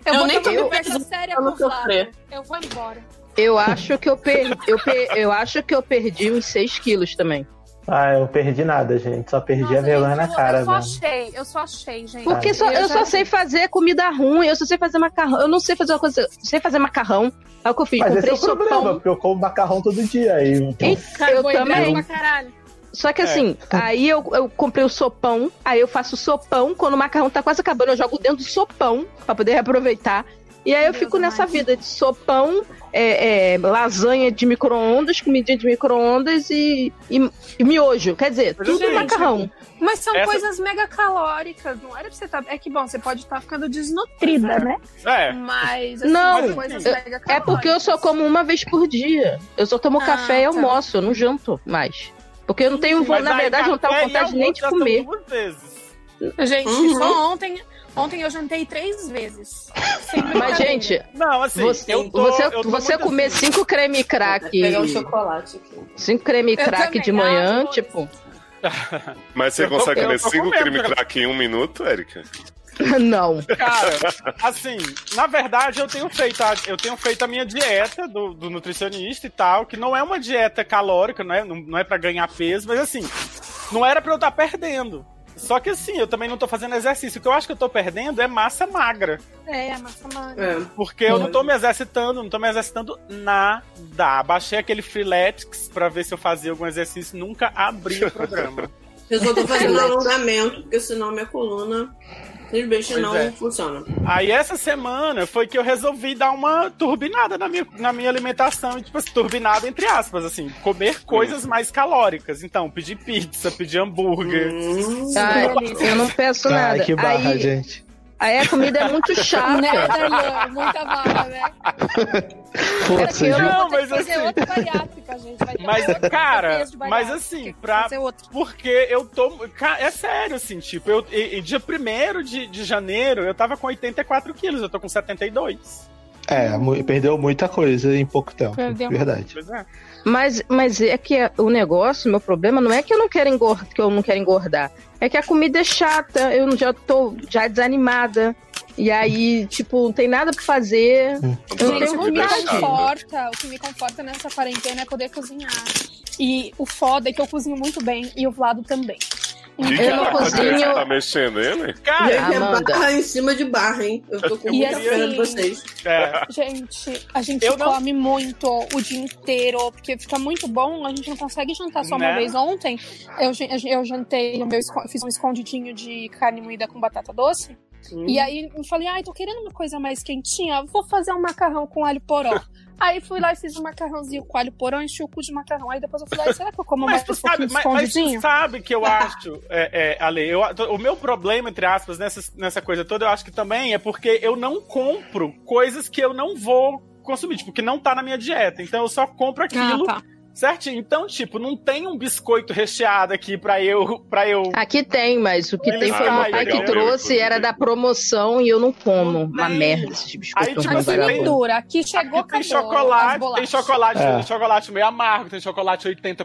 H: Eu,
G: eu
H: vou
G: nem
H: nem
G: tô
H: tomar
G: me
H: uma peça séria
G: pra não
H: por lá.
G: sofrer.
H: Eu vou embora.
G: Eu acho que eu perdi. Eu, per- eu acho que eu perdi uns 6 quilos também.
R: Ah, eu perdi nada, gente. Só perdi a vergonha na cara,
H: eu só
R: mano.
H: achei, eu só achei, gente.
G: Porque só- eu
H: já-
G: só sei fazer comida ruim, eu só sei fazer macarrão. Eu não sei fazer uma coisa. Sei fazer macarrão. É o que eu fiz.
R: Mas esse é
G: Comprei
R: o problema,
G: sopão.
R: porque eu como macarrão todo dia. Aí, então,
G: Eu
H: Carboidrato
G: também.
H: pra caralho.
G: Só
H: É.
G: que assim, aí eu, eu comprei o sopão, aí eu faço o sopão, quando o macarrão tá quase acabando, eu jogo dentro do sopão pra poder reaproveitar. E aí eu fico nessa vida de sopão, é, é, lasanha de micro-ondas, comidinha de micro-ondas e, e, e miojo. Quer dizer, tudo é
H: Gente,
G: macarrão.
H: Mas são
G: Essa-
H: coisas mega calóricas, não era pra você estar. É que bom, você pode estar ficando desnutrida, né?
E: É.
H: Mas assim,
G: Não,
H: são coisas
G: eu-
H: mega
G: é porque eu só como uma vez por dia. Eu só tomo
H: Ah,
G: café e
H: tá.
G: almoço, eu não janto mais. Porque eu não tenho,
H: Mas
G: na
H: aí,
G: verdade, eu não tava
H: café
G: com
H: e
G: vontade nem de
H: almoço já tá
G: comer.
H: são
E: Duas vezes.
H: Gente,
G: Uhum.
H: só ontem. Ontem eu jantei três vezes.
G: Mas, gente,
E: Não, assim,
G: você,
E: eu tô-
G: você,
E: eu tô
G: você
E: muito
G: comer
E: assim.
G: cinco creme crack.
N: Pegar um chocolate aqui.
G: Cinco creme
N: Eu
G: crack
N: também,
G: de manhã, tipo. [laughs]
B: Mas você
G: Eu tô-
B: consegue
G: eu
B: ler
G: tô
B: cinco
G: comendo,
B: creme
G: cara.
B: crack em um minuto, Erika?
G: Não.
E: Cara, assim, na verdade eu tenho feito a, eu tenho feito a minha dieta do, do nutricionista e tal, que não é uma dieta calórica, não é, não, não é para ganhar peso, mas assim, não era pra eu estar perdendo. Só que assim, eu também não tô fazendo exercício. O que eu acho que eu tô perdendo é massa magra.
H: É, a massa magra.
E: Porque eu não tô me exercitando, não tô me exercitando nada. Baixei aquele Freeletics pra ver se eu fazia algum exercício, nunca abri
N: [laughs]
E: o programa.
N: Eu só tô fazendo alongamento, porque senão minha coluna, simplesmente
E: Pois
N: não
E: é.
N: funciona.
E: Aí essa semana foi que eu resolvi dar uma turbinada na minha, na minha alimentação, e, tipo assim, turbinada entre aspas, assim, comer coisas mais calóricas. Então, pedir pizza, pedir hambúrguer.
N: Hum.
G: Ai, eu não
N: Tá,
G: peço nada. aí,
R: gente.
G: aí a comida é muito chata.
H: Né, Daiane? Muita bala, né?
E: Força,
H: eu
E: gente.
H: vou
E: Não,
H: ter que
E: mas
H: fazer
E: assim-
H: outra bariátrica, gente. Vai ter
E: Mas,
H: que fazer
E: cara,
H: peso de
E: mas
H: bariátrica.
E: assim, pra.
H: fazer outro.
E: Porque eu tô. ca- É sério, assim, tipo, eu, e, e dia 1 de, de janeiro eu tava com 84 quilos, eu tô com 72.
R: É, mu- perdeu muita coisa em pouco tempo.
G: Perdeu.
R: Verdade.
E: Pois é.
G: Mas, mas é que é- o negócio, meu problema, não é que eu não quero engordar, que eu não quero engordar. É que a comida é chata, eu já tô já desanimada. E aí, tipo, não tem nada pra fazer. Eu não
H: Gente,
G: tenho
H: o que me
G: vontade.
H: conforta, o que me conforta nessa quarentena é poder cozinhar. E o foda é que eu cozinho muito bem e o Vlado também.
B: Que que tá acontecendo? Você tá mexendo ele?
N: Cara, gente, é barra em cima de barra, hein? Eu tô com
H: E
N: muita
H: assim-
N: pena de vocês.
E: É.
H: Gente, a gente come muito o dia inteiro, porque fica muito bom, a gente não consegue jantar só uma
N: Né?
H: vez. Ontem eu, jan- eu jantei, o meu esco- fiz um escondidinho de carne moída com batata doce.
E: Hum.
H: E aí eu falei, ai, tô querendo uma coisa mais quentinha, vou fazer um macarrão com alho poró. aí fui lá e fiz um macarrãozinho com alho poró, enchi o cu de macarrão. Aí depois eu falei, ai, será que eu como
E: Mas
H: mais
E: tu
H: um
E: sabe,
H: pouquinho de
E: mas, mas tu
H: escondidinho? [laughs]
E: sabe que eu acho, é, é, Ale, eu, o meu problema, entre aspas, nessa, nessa coisa toda, eu acho que também é porque eu não compro coisas que eu não vou consumir, tipo, que não tá na minha dieta. Então eu só compro aquilo.
H: Ah, tá.
E: Certo? Então, tipo, não tem um biscoito recheado aqui pra eu. Pra eu...
G: Aqui tem, mas o que
E: Ele
G: tem foi
E: sai,
G: meu pai
E: ele
G: que
E: é
G: trouxe, era da promoção e eu não como. Uma merda esse tipo de
E: Aí,
G: biscoito,
E: tipo,
G: um
E: assim,
G: vagabundo.
H: Dura, aqui chegou,
E: Tem
H: acabou as
E: chocolate, tem
H: bolachas.
E: chocolate,
R: É.
E: tem chocolate meio amargo, tem chocolate 80%, 85%.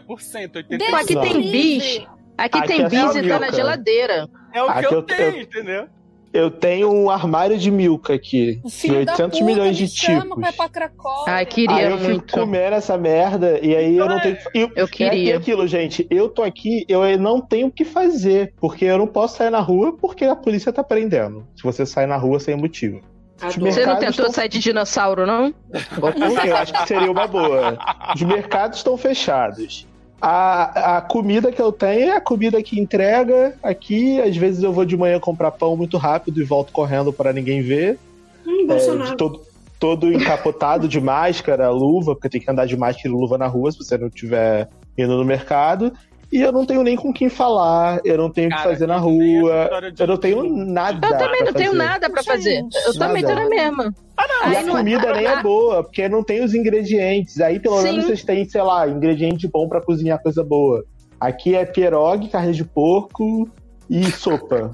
G: Pô, aqui tem bis. Aqui,
R: Aqui
G: tem
R: é
G: bis
R: só
G: e tá na
R: milka.
G: geladeira.
E: É o
R: Aqui
E: que eu,
R: Ah, eu-
E: tenho,
R: eu-
E: entendeu?
R: Eu tenho um armário de milka aqui, de
H: Filho da
R: 800
H: puta,
R: milhões de
H: me chama
R: tipos.
H: pra ir pra Cracóvia.
G: Ai, queria
R: Aí eu
G: muito.
R: fico comendo essa merda e aí
E: Então é-
R: eu não tenho. Eu, eu
G: queria.
R: É aquilo, gente. Eu tô aqui, eu não tenho o que fazer. Porque eu não posso sair na rua porque a polícia tá prendendo. Se você sai na rua sem motivo. Os
G: Você não
R: mercados
G: tentou sair de dinossauro, não?
R: Eu acho que seria uma boa. Os mercados estão fechados. A, a comida que eu tenho é a comida que entrega aqui. Às vezes eu vou de manhã comprar pão muito rápido e volto correndo para ninguém ver.
N: Hum,
R: É,
N: Bolsonaro.
R: de todo, todo encapotado de máscara, luva, porque tem que andar de máscara e luva na rua se você não estiver indo no mercado. E eu não tenho nem com quem falar, eu não tenho o que fazer na rua, eu não tenho nada.
G: Eu também
R: pra
G: não tenho
R: fazer.
G: nada pra fazer. Eu também tô
R: Nada.
G: na mesma.
E: Ah,
R: E a comida nem é boa, porque não tem os ingredientes. Aí pelo
G: Sim.
R: menos vocês têm, sei lá, ingrediente bom pra cozinhar coisa boa. Aqui é pierogi, carne de porco e sopa.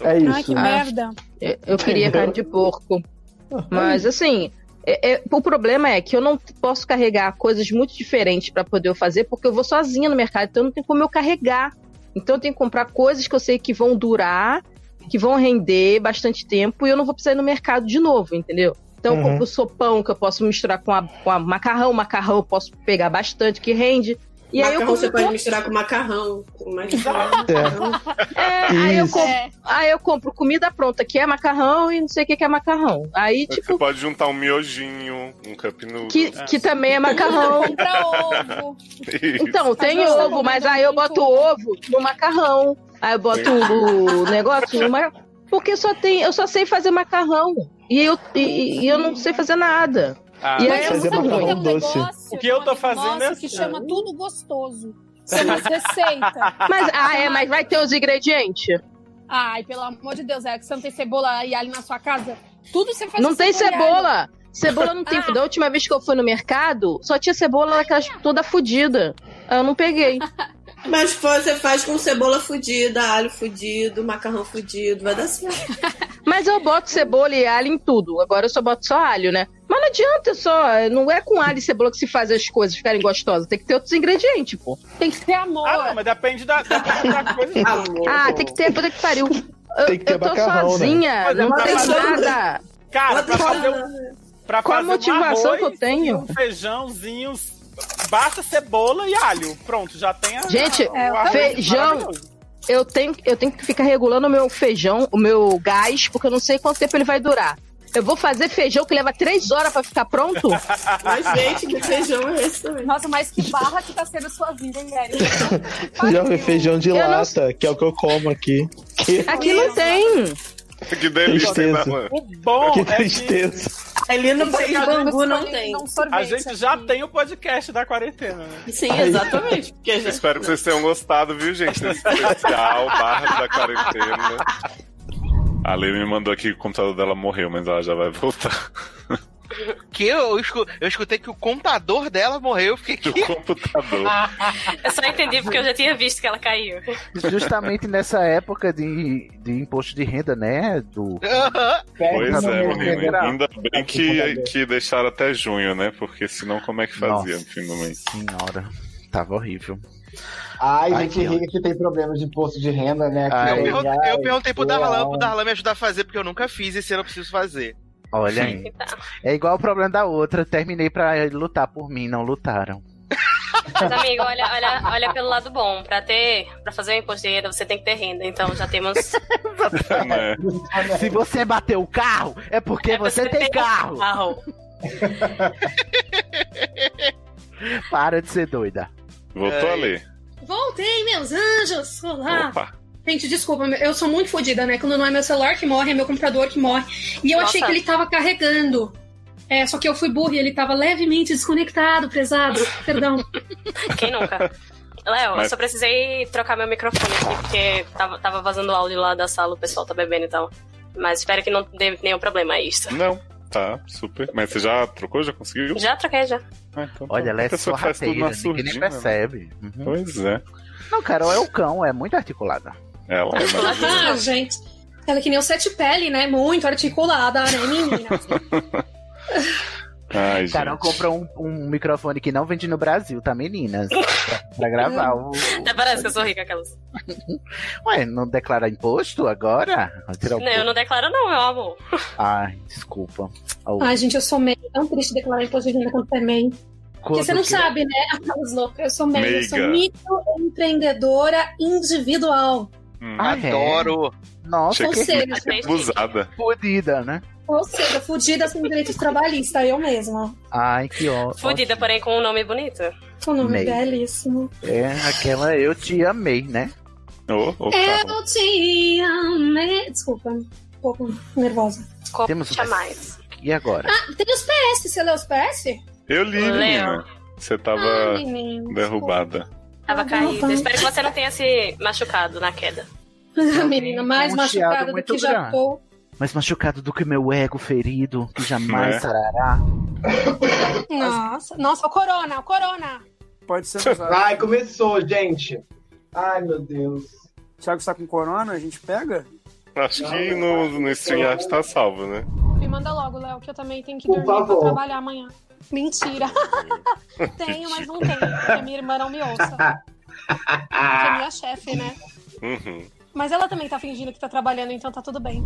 R: É isso.
G: Ai, que merda. Eu, É, eu queria carne de porco. Mas assim, é- é- o problema é que eu não posso carregar coisas muito diferentes pra poder eu fazer, porque eu vou sozinha no mercado, então não tem como eu carregar. Então eu tenho que comprar coisas que eu sei que vão durar, que vão render bastante tempo, e eu não vou precisar ir no mercado de novo, entendeu? Então eu
K: Uhum.
G: compro sopão que eu posso misturar com a, com a macarrão, macarrão eu posso pegar bastante, que rende. E aí eu
N: Macarrão você
G: compro
N: pode
G: todo-
N: misturar com macarrão. Com mais
G: é, aí, eu compro, aí eu compro comida pronta, que é macarrão e não sei o que, que é macarrão. Aí, tipo,
B: Você pode juntar um miojinho, um cup noodle.
G: que, que também é macarrão.
B: Isso.
G: Então, tem ovo, mas aí eu boto ovo no macarrão. Aí eu boto
E: É.
G: o negócio no mar... Porque só tem, eu só sei fazer macarrão. E eu, e, e eu não sei fazer nada.
E: Ah,
G: e
E: mas
G: aí é
E: fazer
G: muito
E: macarrão
H: um
G: ruim.
E: doce. O que eu tô fazendo é
G: nosso
E: assim.
G: que chama
H: Tudo gostoso. São
E: [laughs]
G: [laughs]
H: as receitas.
G: Mas, ah, é, mas vai ter os ingredientes.
H: Ai, pelo amor de Deus, é que você não tem cebola e alho na sua casa? Tudo você faz
G: Não
H: com
G: tem
H: e alho.
G: cebola. Ah. Cebola
N: [laughs]
G: não tem. Da última vez que eu fui no mercado, só tinha cebola daquelas toda fodida. Eu não [laughs] peguei.
N: Mas você faz com cebola fudida, alho fudido, macarrão fudido, vai dar certo.
G: Mas eu boto cebola e alho em tudo. Agora eu só boto só alho, né? Mas não adianta só. Não é com alho e cebola que se faz as coisas ficarem gostosas. Tem que ter outros ingredientes, pô. Tem que ter amor.
E: Ah, não, mas depende da, depende da coisa.
G: [laughs] Ah, tem que ter. Puta que pariu. Eu,
E: Tem que ter
G: eu tô
E: macarrão, né?
G: sozinha,
E: Mas é
G: não
E: pra
G: tenho
E: fazer-
G: nada.
E: Cara, pra fazer um, pra
G: Qual a
E: fazer um
G: motivação que eu
E: arroz,
G: tenho?
E: Um feijãozinho, basta cebola e alho. Pronto, já tem a.
G: Gente,
E: o arroz
G: feijão.
E: maravilhoso.
G: Eu tenho, eu tenho que ficar regulando o meu feijão, o meu gás, porque eu não sei quanto tempo ele vai durar. Eu vou fazer feijão que leva três horas pra ficar pronto?
N: Mas, gente, que feijão é esse também?
H: Nossa, mas que barra que tá sendo a sua vida, hein, Eric?
R: [laughs] Já foi feijão de lata, que é o que eu como aqui. Que,
G: [laughs] Aqui não tem.
B: Que delícia,
R: Tristeza.
B: né, mano?
E: Bom,
R: que
G: assim.
E: é que-
R: tristeza.
N: Ali no Bangu não tem.
E: A gente já tem o podcast da quarentena, né?
N: Sim,
B: exatamente,
N: Porque
B: Espero que vocês tenham gostado, viu, gente, desse especial, barra da quarentena. A Lei me mandou aqui que o computador dela morreu, mas ela já vai voltar.
O: [laughs] Que eu, escu- eu escutei que o contador dela morreu, eu fiquei aqui.
P: [laughs]
B: computador.
P: Ah, Eu só entendi porque eu já tinha visto que ela caiu.
C: Justamente nessa época de, de imposto de renda, né? Do...
B: Pois é,
C: Péssimo
B: menino.
C: momento.
B: Ainda bem que, que deixaram até junho, né? Porque senão como é que fazia no fim do mês?
C: Senhora, tava horrível.
M: Ai,
C: Ai,
M: gente
C: que
M: rica que tem problemas de imposto de renda, né? Que
C: Ai.
M: é
O: Eu,
M: legal,
O: eu perguntei pro
M: sei lá.
O: Darlan, pro Darlan me ajudar a fazer, porque eu nunca fiz e se eu não preciso fazer.
C: Olha aí. É igual o problema da outra. Terminei pra lutar por mim, não lutaram.
P: Mas, amigo, olha, olha, olha pelo lado bom. Pra ter, pra fazer um imposto de renda, você tem que ter renda. Então já temos.
C: É. Se você bateu o carro, é porque você, tem um carro. [laughs] Para de ser doida.
B: Voltou a ler.
L: Voltei, meus anjos!
H: Ah.
L: Olá!
B: Opa.
L: Gente, desculpa, eu sou muito fodida, né? Quando não é meu celular que morre, é meu computador que morre. E eu
P: Nossa.
L: achei que ele tava carregando. É, só que eu fui burra e ele tava levemente desconectado, prezado.
G: [laughs]
L: Perdão.
P: Quem nunca? Léo, eu
L: Mas-
P: só precisei trocar meu microfone aqui, porque tava, tava vazando áudio lá da sala, o pessoal tá bebendo, então. Mas espero que não dê nenhum problema a isso.
B: Não, tá, super. Mas você já trocou? Já conseguiu? Então tá.
P: Já troquei, já.
C: Olha, ela
B: A
C: é
B: pessoa faz tudo
C: sorrateira,
B: na
C: ninguém nem
B: surdina, né?
C: percebe. Uhum.
B: Pois é.
C: Não, Carol é o cão, é muito articulada.
B: Ela é maravilhosa.
L: Ah, gente. Ela é que nem o sete pele, né? Muito articulada, né, menina?
B: Ai,
C: Carol comprou um, um microfone que não vende no Brasil, tá, meninas? Pra, pra gravar. o-
P: [laughs] Até parece que eu sou rica, aquelas.
C: Ué, não declara imposto agora? Vai tirar o
P: Não, eu não declaro, não, meu amor.
C: Ai, desculpa. Au.
L: Ai, gente, eu sou meio tão triste declarar imposto de renda quanto é meio. Porque
C: Quando
L: você não
C: que- é?
L: sabe, é né? Aquelas loucas. Eu sou meio, eu sou
C: Meiga.
L: microempreendedora individual.
C: Ah, é?
O: Adoro.
C: Nossa,
O: Achei
C: que
O: que-
C: que fodida, né?
L: Ou seja, fudida sem direitos trabalhistas, eu mesma.
C: Ai, que ótimo.
P: Fudida, porém com um nome bonito.
L: O nome
C: Meio.
L: belíssimo.
C: É aquela eu te amei, né? É.
L: Eu te amei. Desculpa, um pouco nervosa.
C: Temos
L: Temos
C: mais.
L: mais.
C: E agora?
L: Ah, tem os PS, você leu os PS?
B: Eu li,
P: Leo.
B: menina. Você tava
P: Ah, menino,
B: derrubada.
L: Ah,
P: Tava caída.
H: tá.
L: vai.
P: Espero que você não tenha se machucado na queda.
L: A tá. [laughs] menina mais
C: um chiado
L: machucada do
C: muito
L: que já
C: grande.
L: tô.
C: Mais machucado do que meu ego ferido, que jamais
B: É.
C: sarará.
H: Nossa, nossa, o Corona, o Corona.
I: Pode ser.
H: Ai,
I: começou, gente. Ai, meu Deus. Thiago está tá com corona, a gente pega?
B: Acho que no, no StreamYard tá salvo, né?
H: Me manda logo, Léo, que eu também tenho que
B: Por
H: dormir pra
B: favor.
H: trabalhar amanhã.
B: [laughs]
H: Mentira. tenho, mas não tenho, porque minha irmã não me ouça. Que
P: Ah.
H: é minha chefe, né?
B: Uhum.
H: Mas ela também tá fingindo que tá trabalhando, então tá tudo bem.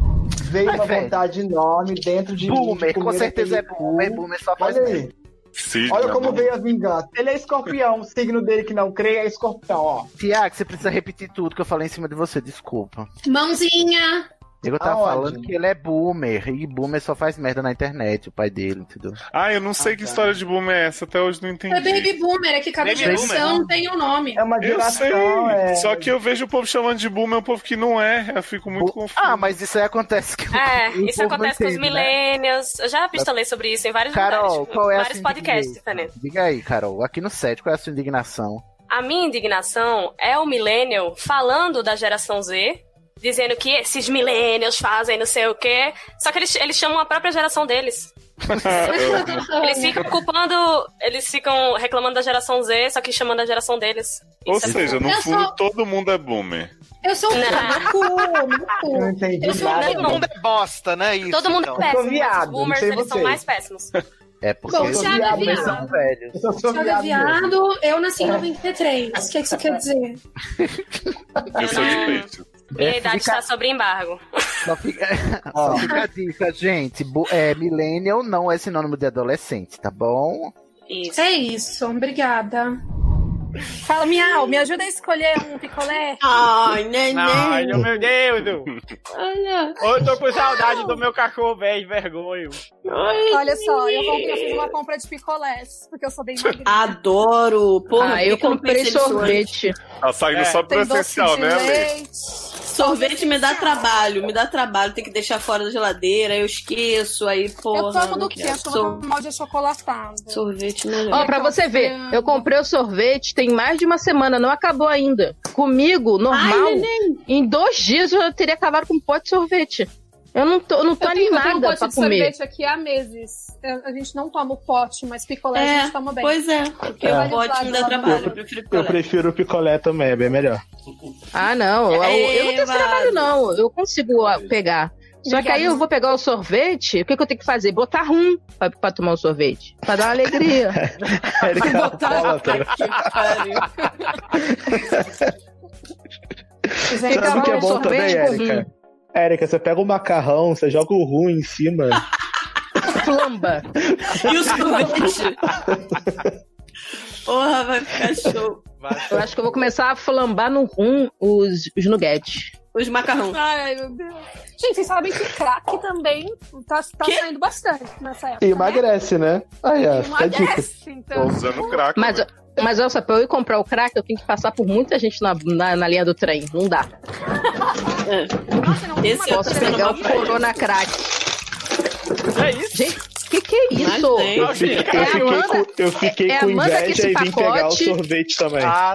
S: Veio
C: [laughs]
H: Ai,
S: uma
H: velho.
S: vontade enorme dentro de mim.
C: Boomer,
S: de
C: com
S: comer
C: certeza é
S: aquele
C: boomer,
S: cu.
C: boomer só faz
S: tipo, Olha aí.
B: Sid,
S: Olha
M: é
B: né,
S: como
B: mano?
S: veio a vingança. Ele é escorpião, o signo dele que não crê é escorpião, ó.
C: Tiago, você precisa repetir tudo que eu falei em cima de você, desculpa.
L: Mãozinha!
C: Eu tava
S: Aonde?
C: falando que ele é boomer, e boomer só faz merda na internet, o pai dele, entendeu?
B: Ah, eu não sei
C: tá.
B: que história de boom é essa, até hoje não entendi.
L: É Baby Boomer, é que cada
B: Baby
L: geração
B: boomer. né?
L: tem um nome.
S: É uma
B: Eu sei,
C: é.
B: só que eu vejo o povo chamando de boom, é um povo que não é, eu fico muito confuso.
C: Ah, mas isso aí acontece que [laughs]
B: [laughs]
P: É,
B: O
P: isso
B: povo
P: acontece com os
B: entende, né?
P: millennials. Eu já pistolei sobre isso em vários
C: Tá. Carol,
P: lugares.
C: qual é a
P: vários
C: sua
P: podcasts
C: indignação?
P: diferentes.
C: Diga aí, Carol, aqui no set, qual é a sua indignação?
P: A minha indignação é o millennial falando da geração Z, dizendo que esses millennials fazem não sei o quê. Só que eles, eles chamam a própria geração deles. [laughs]
B: É,
P: eles ficam culpando, eles ficam reclamando da geração Z, só que chamando a geração deles.
B: Ou
P: Isso é
B: seja, no
P: culpa.
B: fundo todo mundo é boomer.
L: Eu sou um cu, meu cu.
S: não entendi
P: Eu sou um
O: Todo mundo é bosta, né? Isso,
P: Todo mundo
O: então.
P: é péssimo. mas
S: viado,
P: os
S: não
P: boomers,
S: sei
P: eles são
S: vocês.
P: mais péssimos. né?
C: É
L: porque Bom, os Thiago é boomers viado. são
C: velhos.
S: Eu sou
L: Thiago é
S: viado. mesmo.
L: viado, eu nasci em 93. O que, é que isso quer dizer?
B: Eu sou de peito.
P: É. Minha idade está sobre embargo.
C: Só fica, só fica a dica, gente. bo- É, millennial não é sinônimo de adolescente, tá bom?
L: É isso, obrigada. Fala, Miau, me ajuda a escolher um picolé.
N: Ai,
H: né,
N: neném.
E: Ai, meu Deus!
L: Olha.
E: Eu tô com saudade do meu cachorro velho, de vergonha.
H: Olha só, eu, vou- eu fiz uma compra de picolés, porque eu sou bem magra.
N: Adoro! Porra,
G: Ah, eu
N: que
G: comprei
N: compensa isso
G: sorvete.
B: Tá saindo
N: É.
B: só pro
N: Tem doce
B: essencial,
N: de
B: né, Ale?
N: leite. Sorvete me dá trabalho, me dá trabalho, tem que deixar fora da geladeira, eu esqueço, aí,
H: Eu
N: porra.
H: tomo do que? Eu
N: Sor-
H: tomo mal de achocolatado.
N: Sorvete melhor.
G: Ó, pra você ver, eu comprei o sorvete tem mais de uma semana, não acabou ainda. Comigo, normal, em dois dias eu teria acabado com um pote de sorvete. Eu não tô, eu não tô
H: Eu tenho- eu tenho um
G: animada
H: pote
G: pra
H: de
G: comer.
H: sorvete aqui há meses. Eu- A gente não toma o pote, mas picolé
N: É,
H: a gente toma bem.
N: pois é, porque
R: o
N: pote me dá trabalho.
R: Eu prefiro o picolé também, é bem melhor.
G: Ah, não, eu, eu- eu não tenho esse
N: Eva.
G: trabalho não, eu consigo ah, pegar. Só que aí eu vou pegar o sorvete, o que, que eu tenho que fazer? Botar rum pra, pra tomar o sorvete, pra dar uma alegria.
R: Ele é alcoólatra. [laughs] Sabe o que é bom também, Érica? Érica, você pega o macarrão, você joga o rum em cima.
G: Plamba.
N: E o sorvete? Porra, vai ficar show.
G: Eu acho que eu vou começar a flambar no rum os, os nuggets.
N: Os macarrão.
H: Ai, meu Deus. Gente, vocês sabem que crack também tá, tá saindo bastante nessa época.
R: E emagrece, né? Aí, ó, fica a dica.
H: Emagrece, então.
B: usando crack.
G: Mas, mas olha só, pra eu ir comprar o crack, eu tenho que passar por muita gente na, na, na linha do trem. Não dá.
N: É. Esse eu tô
G: Posso
N: sendo
G: pegar
N: uma
G: o corona crack.
E: É isso?
G: Gente, que que é isso?
R: Eu fiquei, eu fiquei com, eu fiquei
G: é a
R: com
G: Amanda que
R: inveja e
G: esse
R: vim pegar o
G: pacote-
R: sorvete também.
E: tá.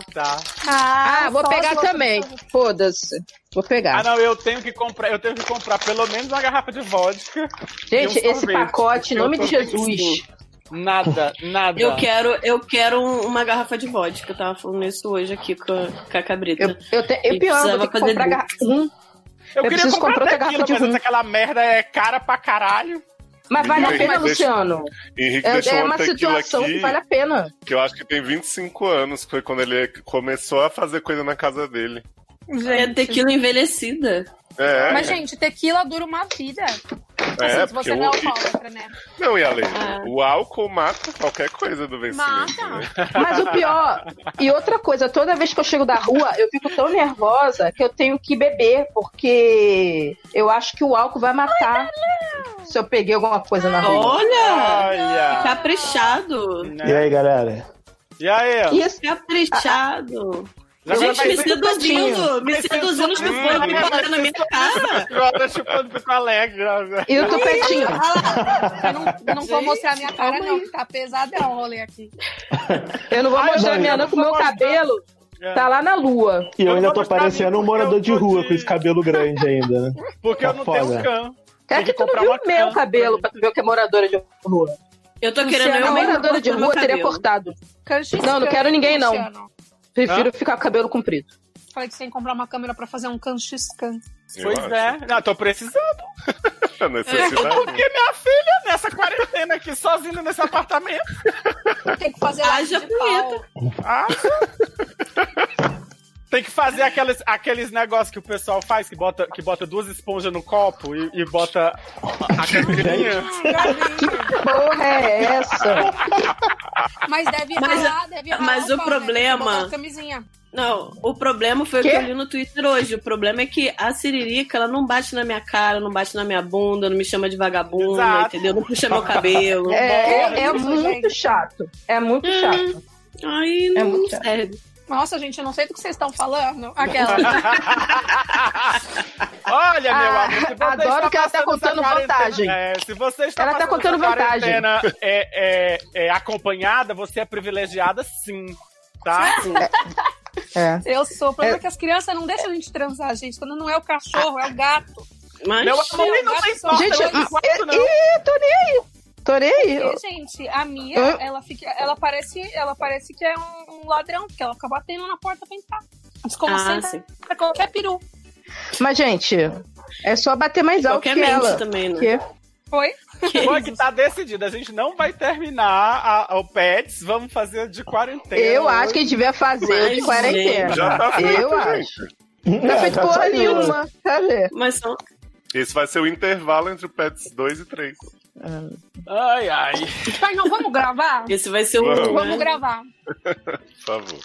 G: Ah, vou
E: só
G: pegar
E: as outras
G: também. Foda-se. Vou pegar.
E: Ah, não, eu tenho que comprar, eu tenho que comprar pelo menos uma garrafa de vodka.
G: Gente,
E: e um
G: esse
E: sorvete,
G: pacote, em nome
E: porque eu tô
G: de Jesus.
E: Nada, nada.
N: Eu quero, eu quero um- uma garrafa de vodka. Eu tava falando isso hoje aqui com a, com a cabrita. Eu,
G: eu, te,
E: eu pior, eu vou ter que comprar garra- Eu, queria
N: preciso
E: comprar
N: comprar outra
E: outra
N: garrafa de
E: mas
N: rum.
E: aquela merda é cara pra caralho.
G: Mas
B: vale a Henrique, pena, deixa- Luciano. Henrique
G: É,
B: deixou uma
G: é uma
B: tequila
G: situação
B: aqui.
G: que vale a pena.
B: Que eu acho que tem 25 anos, que foi quando ele começou a fazer coisa na casa dele.
N: É tequila envelhecida.
B: É.
H: Mas, gente, tequila dura uma vida.
B: É, porque
H: se você não é
B: o-
H: alcoólatra, né?
B: Não, e além,
H: Ah.
B: o álcool mata qualquer coisa do vencimento.
H: Mata.
B: né?
G: Mas o pior, e outra coisa, toda vez que eu chego da rua, eu fico tão nervosa que eu tenho que beber, porque eu acho que o álcool vai matar se eu peguei alguma coisa na rua.
N: Olha! Caprichado!
R: E aí, galera?
E: É. E aí, ó?
N: Isso, caprichado!
E: É. Já
N: Tá Gente,
E: vai- um
N: me
E: vai-
N: seduzindo! Me
E: vai-
N: seduzindo, as
G: um
N: pessoas me batendo na minha cara!
E: Agora chupando pessoa um alegre.
G: E o tupetinho?
H: Eu não vou
G: Gente,
H: mostrar minha cara, não, que tá pesadão o rolê aqui.
G: Eu não vou mostrar minha não, porque o meu cabelo tá lá na lua.
R: E eu ainda tô parecendo um morador de rua com esse cabelo grande ainda, né?
E: Porque
R: eu não tenho Foda.
E: cão.
G: É que tu não viu o meu cabelo pra tu ver o que é moradora de rua.
N: Eu tô
G: Luciano,
N: querendo eu
G: a moradora de
N: mesmo cortar meu
G: rua teria
N: cabelo.
G: cortado. Não, não quero ninguém, não.
H: Luciano.
G: Prefiro
H: Hã?
G: ficar com o cabelo comprido.
H: Falei que você tem que comprar uma câmera pra fazer um canchiscan.
E: Pois é. Não, tô
B: [laughs]
E: precisando.
B: Necessidade.
E: Porque minha filha, nessa quarentena aqui, sozinha nesse apartamento.
H: Tem que fazer
E: Haja punheta. Ah? Tem que fazer aqueles, aqueles negócios que o pessoal faz, que bota, que bota duas esponjas no copo e, e bota
B: [laughs]
E: a caipirinha.
G: Porra, é essa?
H: [laughs] Mas deve
N: Mas-
H: ralar, deve tá ralar.
N: mas o
H: pau,
N: problema-
H: Né? Tem que botar camisinha.
N: Não, o problema foi o que eu li no Twitter hoje. O problema é que a Siririca, ela não bate na minha cara, não bate na minha bunda, não me chama de vagabunda,
G: Exato.
N: entendeu? Não puxa meu cabelo.
G: É, é, é muito chato. É muito chato.
N: Ai,
G: É muito chato.
N: sério.
H: Nossa, gente, eu não sei do que vocês estão falando. Aquela.
E: [laughs] Olha, meu
H: Ah,
E: amor, se você
H: adoro
E: está
H: que ela tá
E: passando essa
H: contando
E: quarentena-
H: vantagem.
E: É, se você está
H: Ela tá
E: passando
H: contando
E: essa
H: vantagem.
E: quarentena, É, é, é, acompanhada, você é privilegiada sim, tá?
G: [laughs] É.
H: Eu sou. O problema é, que as crianças não deixam a gente transar, gente. Quando não é o cachorro, é o gato. é
N: Mas...
E: Meu amor, e não tem falta,
G: Gente,
E: não
G: eu,
E: tem falta,
G: eu-
E: é não.
G: Ih, tô nem aí. Tô nem aí.
H: Porque, gente, a Mia,
G: É Hã?
H: ela, fica, ela, parece, ela parece que é um, um ladrão, porque ela fica batendo na porta pra entrar.
G: Ah,
H: Desconcentra
G: sim.
H: pra qualquer peru.
G: Mas, gente, é só bater mais alto que
E: Qualquer mente
G: ela.
E: também, né?
G: Que-
H: Foi?
E: Foi que tá decidido. A gente não vai terminar a, o Pets, vamos fazer de quarentena.
G: Eu acho que a gente devia fazer
E: Mas,
G: de quarentena.
E: gente, já tá feito,
G: É. Eu acho.
B: gente.
G: Não
B: É,
G: tá feito
B: já
G: porra
B: saiu.
G: nenhuma. Cadê?
N: Mas são.
B: Esse vai ser o intervalo entre o Pets 2 e 3.
E: Ai, ai.
H: Mas Tipo, não, vamos gravar?
N: Esse vai ser o né?
B: Vamos.
H: Vamos gravar.
B: Por favor.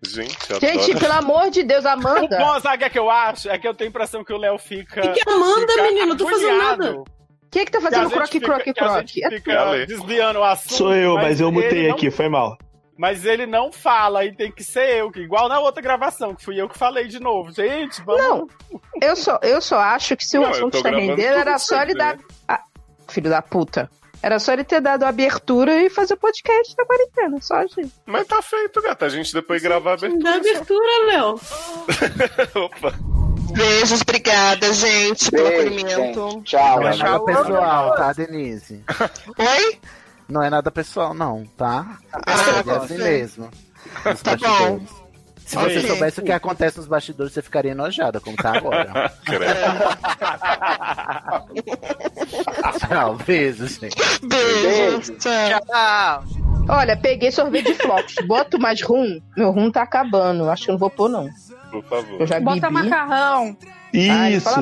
B: Gente, eu
G: Gente,
B: adoro.
G: pelo amor de Deus,
E: O
G: Amanda.
E: bom, sabe o que, é que eu acho? É que eu tenho a impressão que o Léo fica.
G: Que que Amanda,
E: fica
G: menino? Eu tô fazendo
E: agoniado.
G: nada. Quem é que tá fazendo É
E: Que a gente
G: croque,
E: fica-
G: croque,
E: que a
G: croque?
E: gente fica desviando o assunto.
R: Sou eu, mas eu
E: ele
R: mutei
E: não-
R: aqui, foi mal.
E: Mas ele não fala e tem que ser eu, que igual na outra gravação, que fui eu que falei de novo. Gente, vamos.
G: Não, eu só, eu só acho que se o
E: Não, eu
G: assunto
E: tô
G: está
E: gravando
G: rendendo,
E: tudo
G: era
E: isso
G: só ele
E: aqui,
G: dar.
E: né?
G: Ah, filho da puta. Era só ele ter dado a abertura e fazer o podcast na quarentena. Só, gente.
B: Mas tá feito, gata. A gente depois grava a abertura.
N: Da abertura, Léo.
K: Beijos, obrigada, gente, pelo acolhimento.
C: Não é nada pessoal, tá, Denise?
K: Oi? Ah,
C: Não é nada pessoal, não, tá? é assim mesmo. Nos
K: Tá bom.
C: bastidores. Se você
K: Ok.
C: soubesse o que acontece nos bastidores, você ficaria enojada, como tá
K: [laughs]
C: agora. Tchau, beijo, gente.
G: Beijo. Olha, peguei sorvete de flocos. Boto mais rum. Meu rum tá acabando. Acho que eu não vou pôr, não.
B: Por favor.
G: Eu já
H: Bota
G: bebi.
H: macarrão.
G: Ai, Ah, não
R: Isso.
G: fala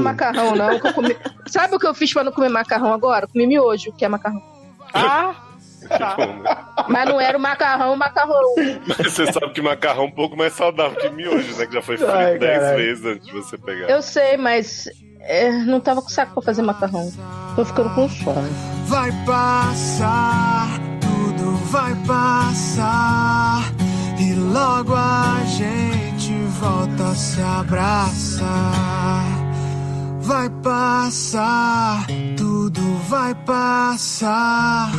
B: [laughs]
G: macarrão, não. que eu comi- Sabe o que eu fiz pra não comer macarrão agora? Comi miojo, que é macarrão.
E: Ah,
G: tá.
B: [laughs]
G: Mas não era o macarrão, o macarrão.
B: Mas você sabe que macarrão é um pouco mais saudável que miojo, né? Que já foi
G: Ai,
B: frito 10
G: caralho.
B: vezes antes de você pegar.
G: Eu sei, mas é, não tava com saco pra fazer macarrão. Tô ficando com fome.
F: Vai passar, tudo vai passar. E logo a gente volta a se abraçar. Vai passar, tudo vai passar.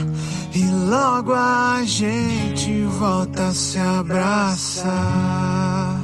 F: E logo a gente volta a se abraçar.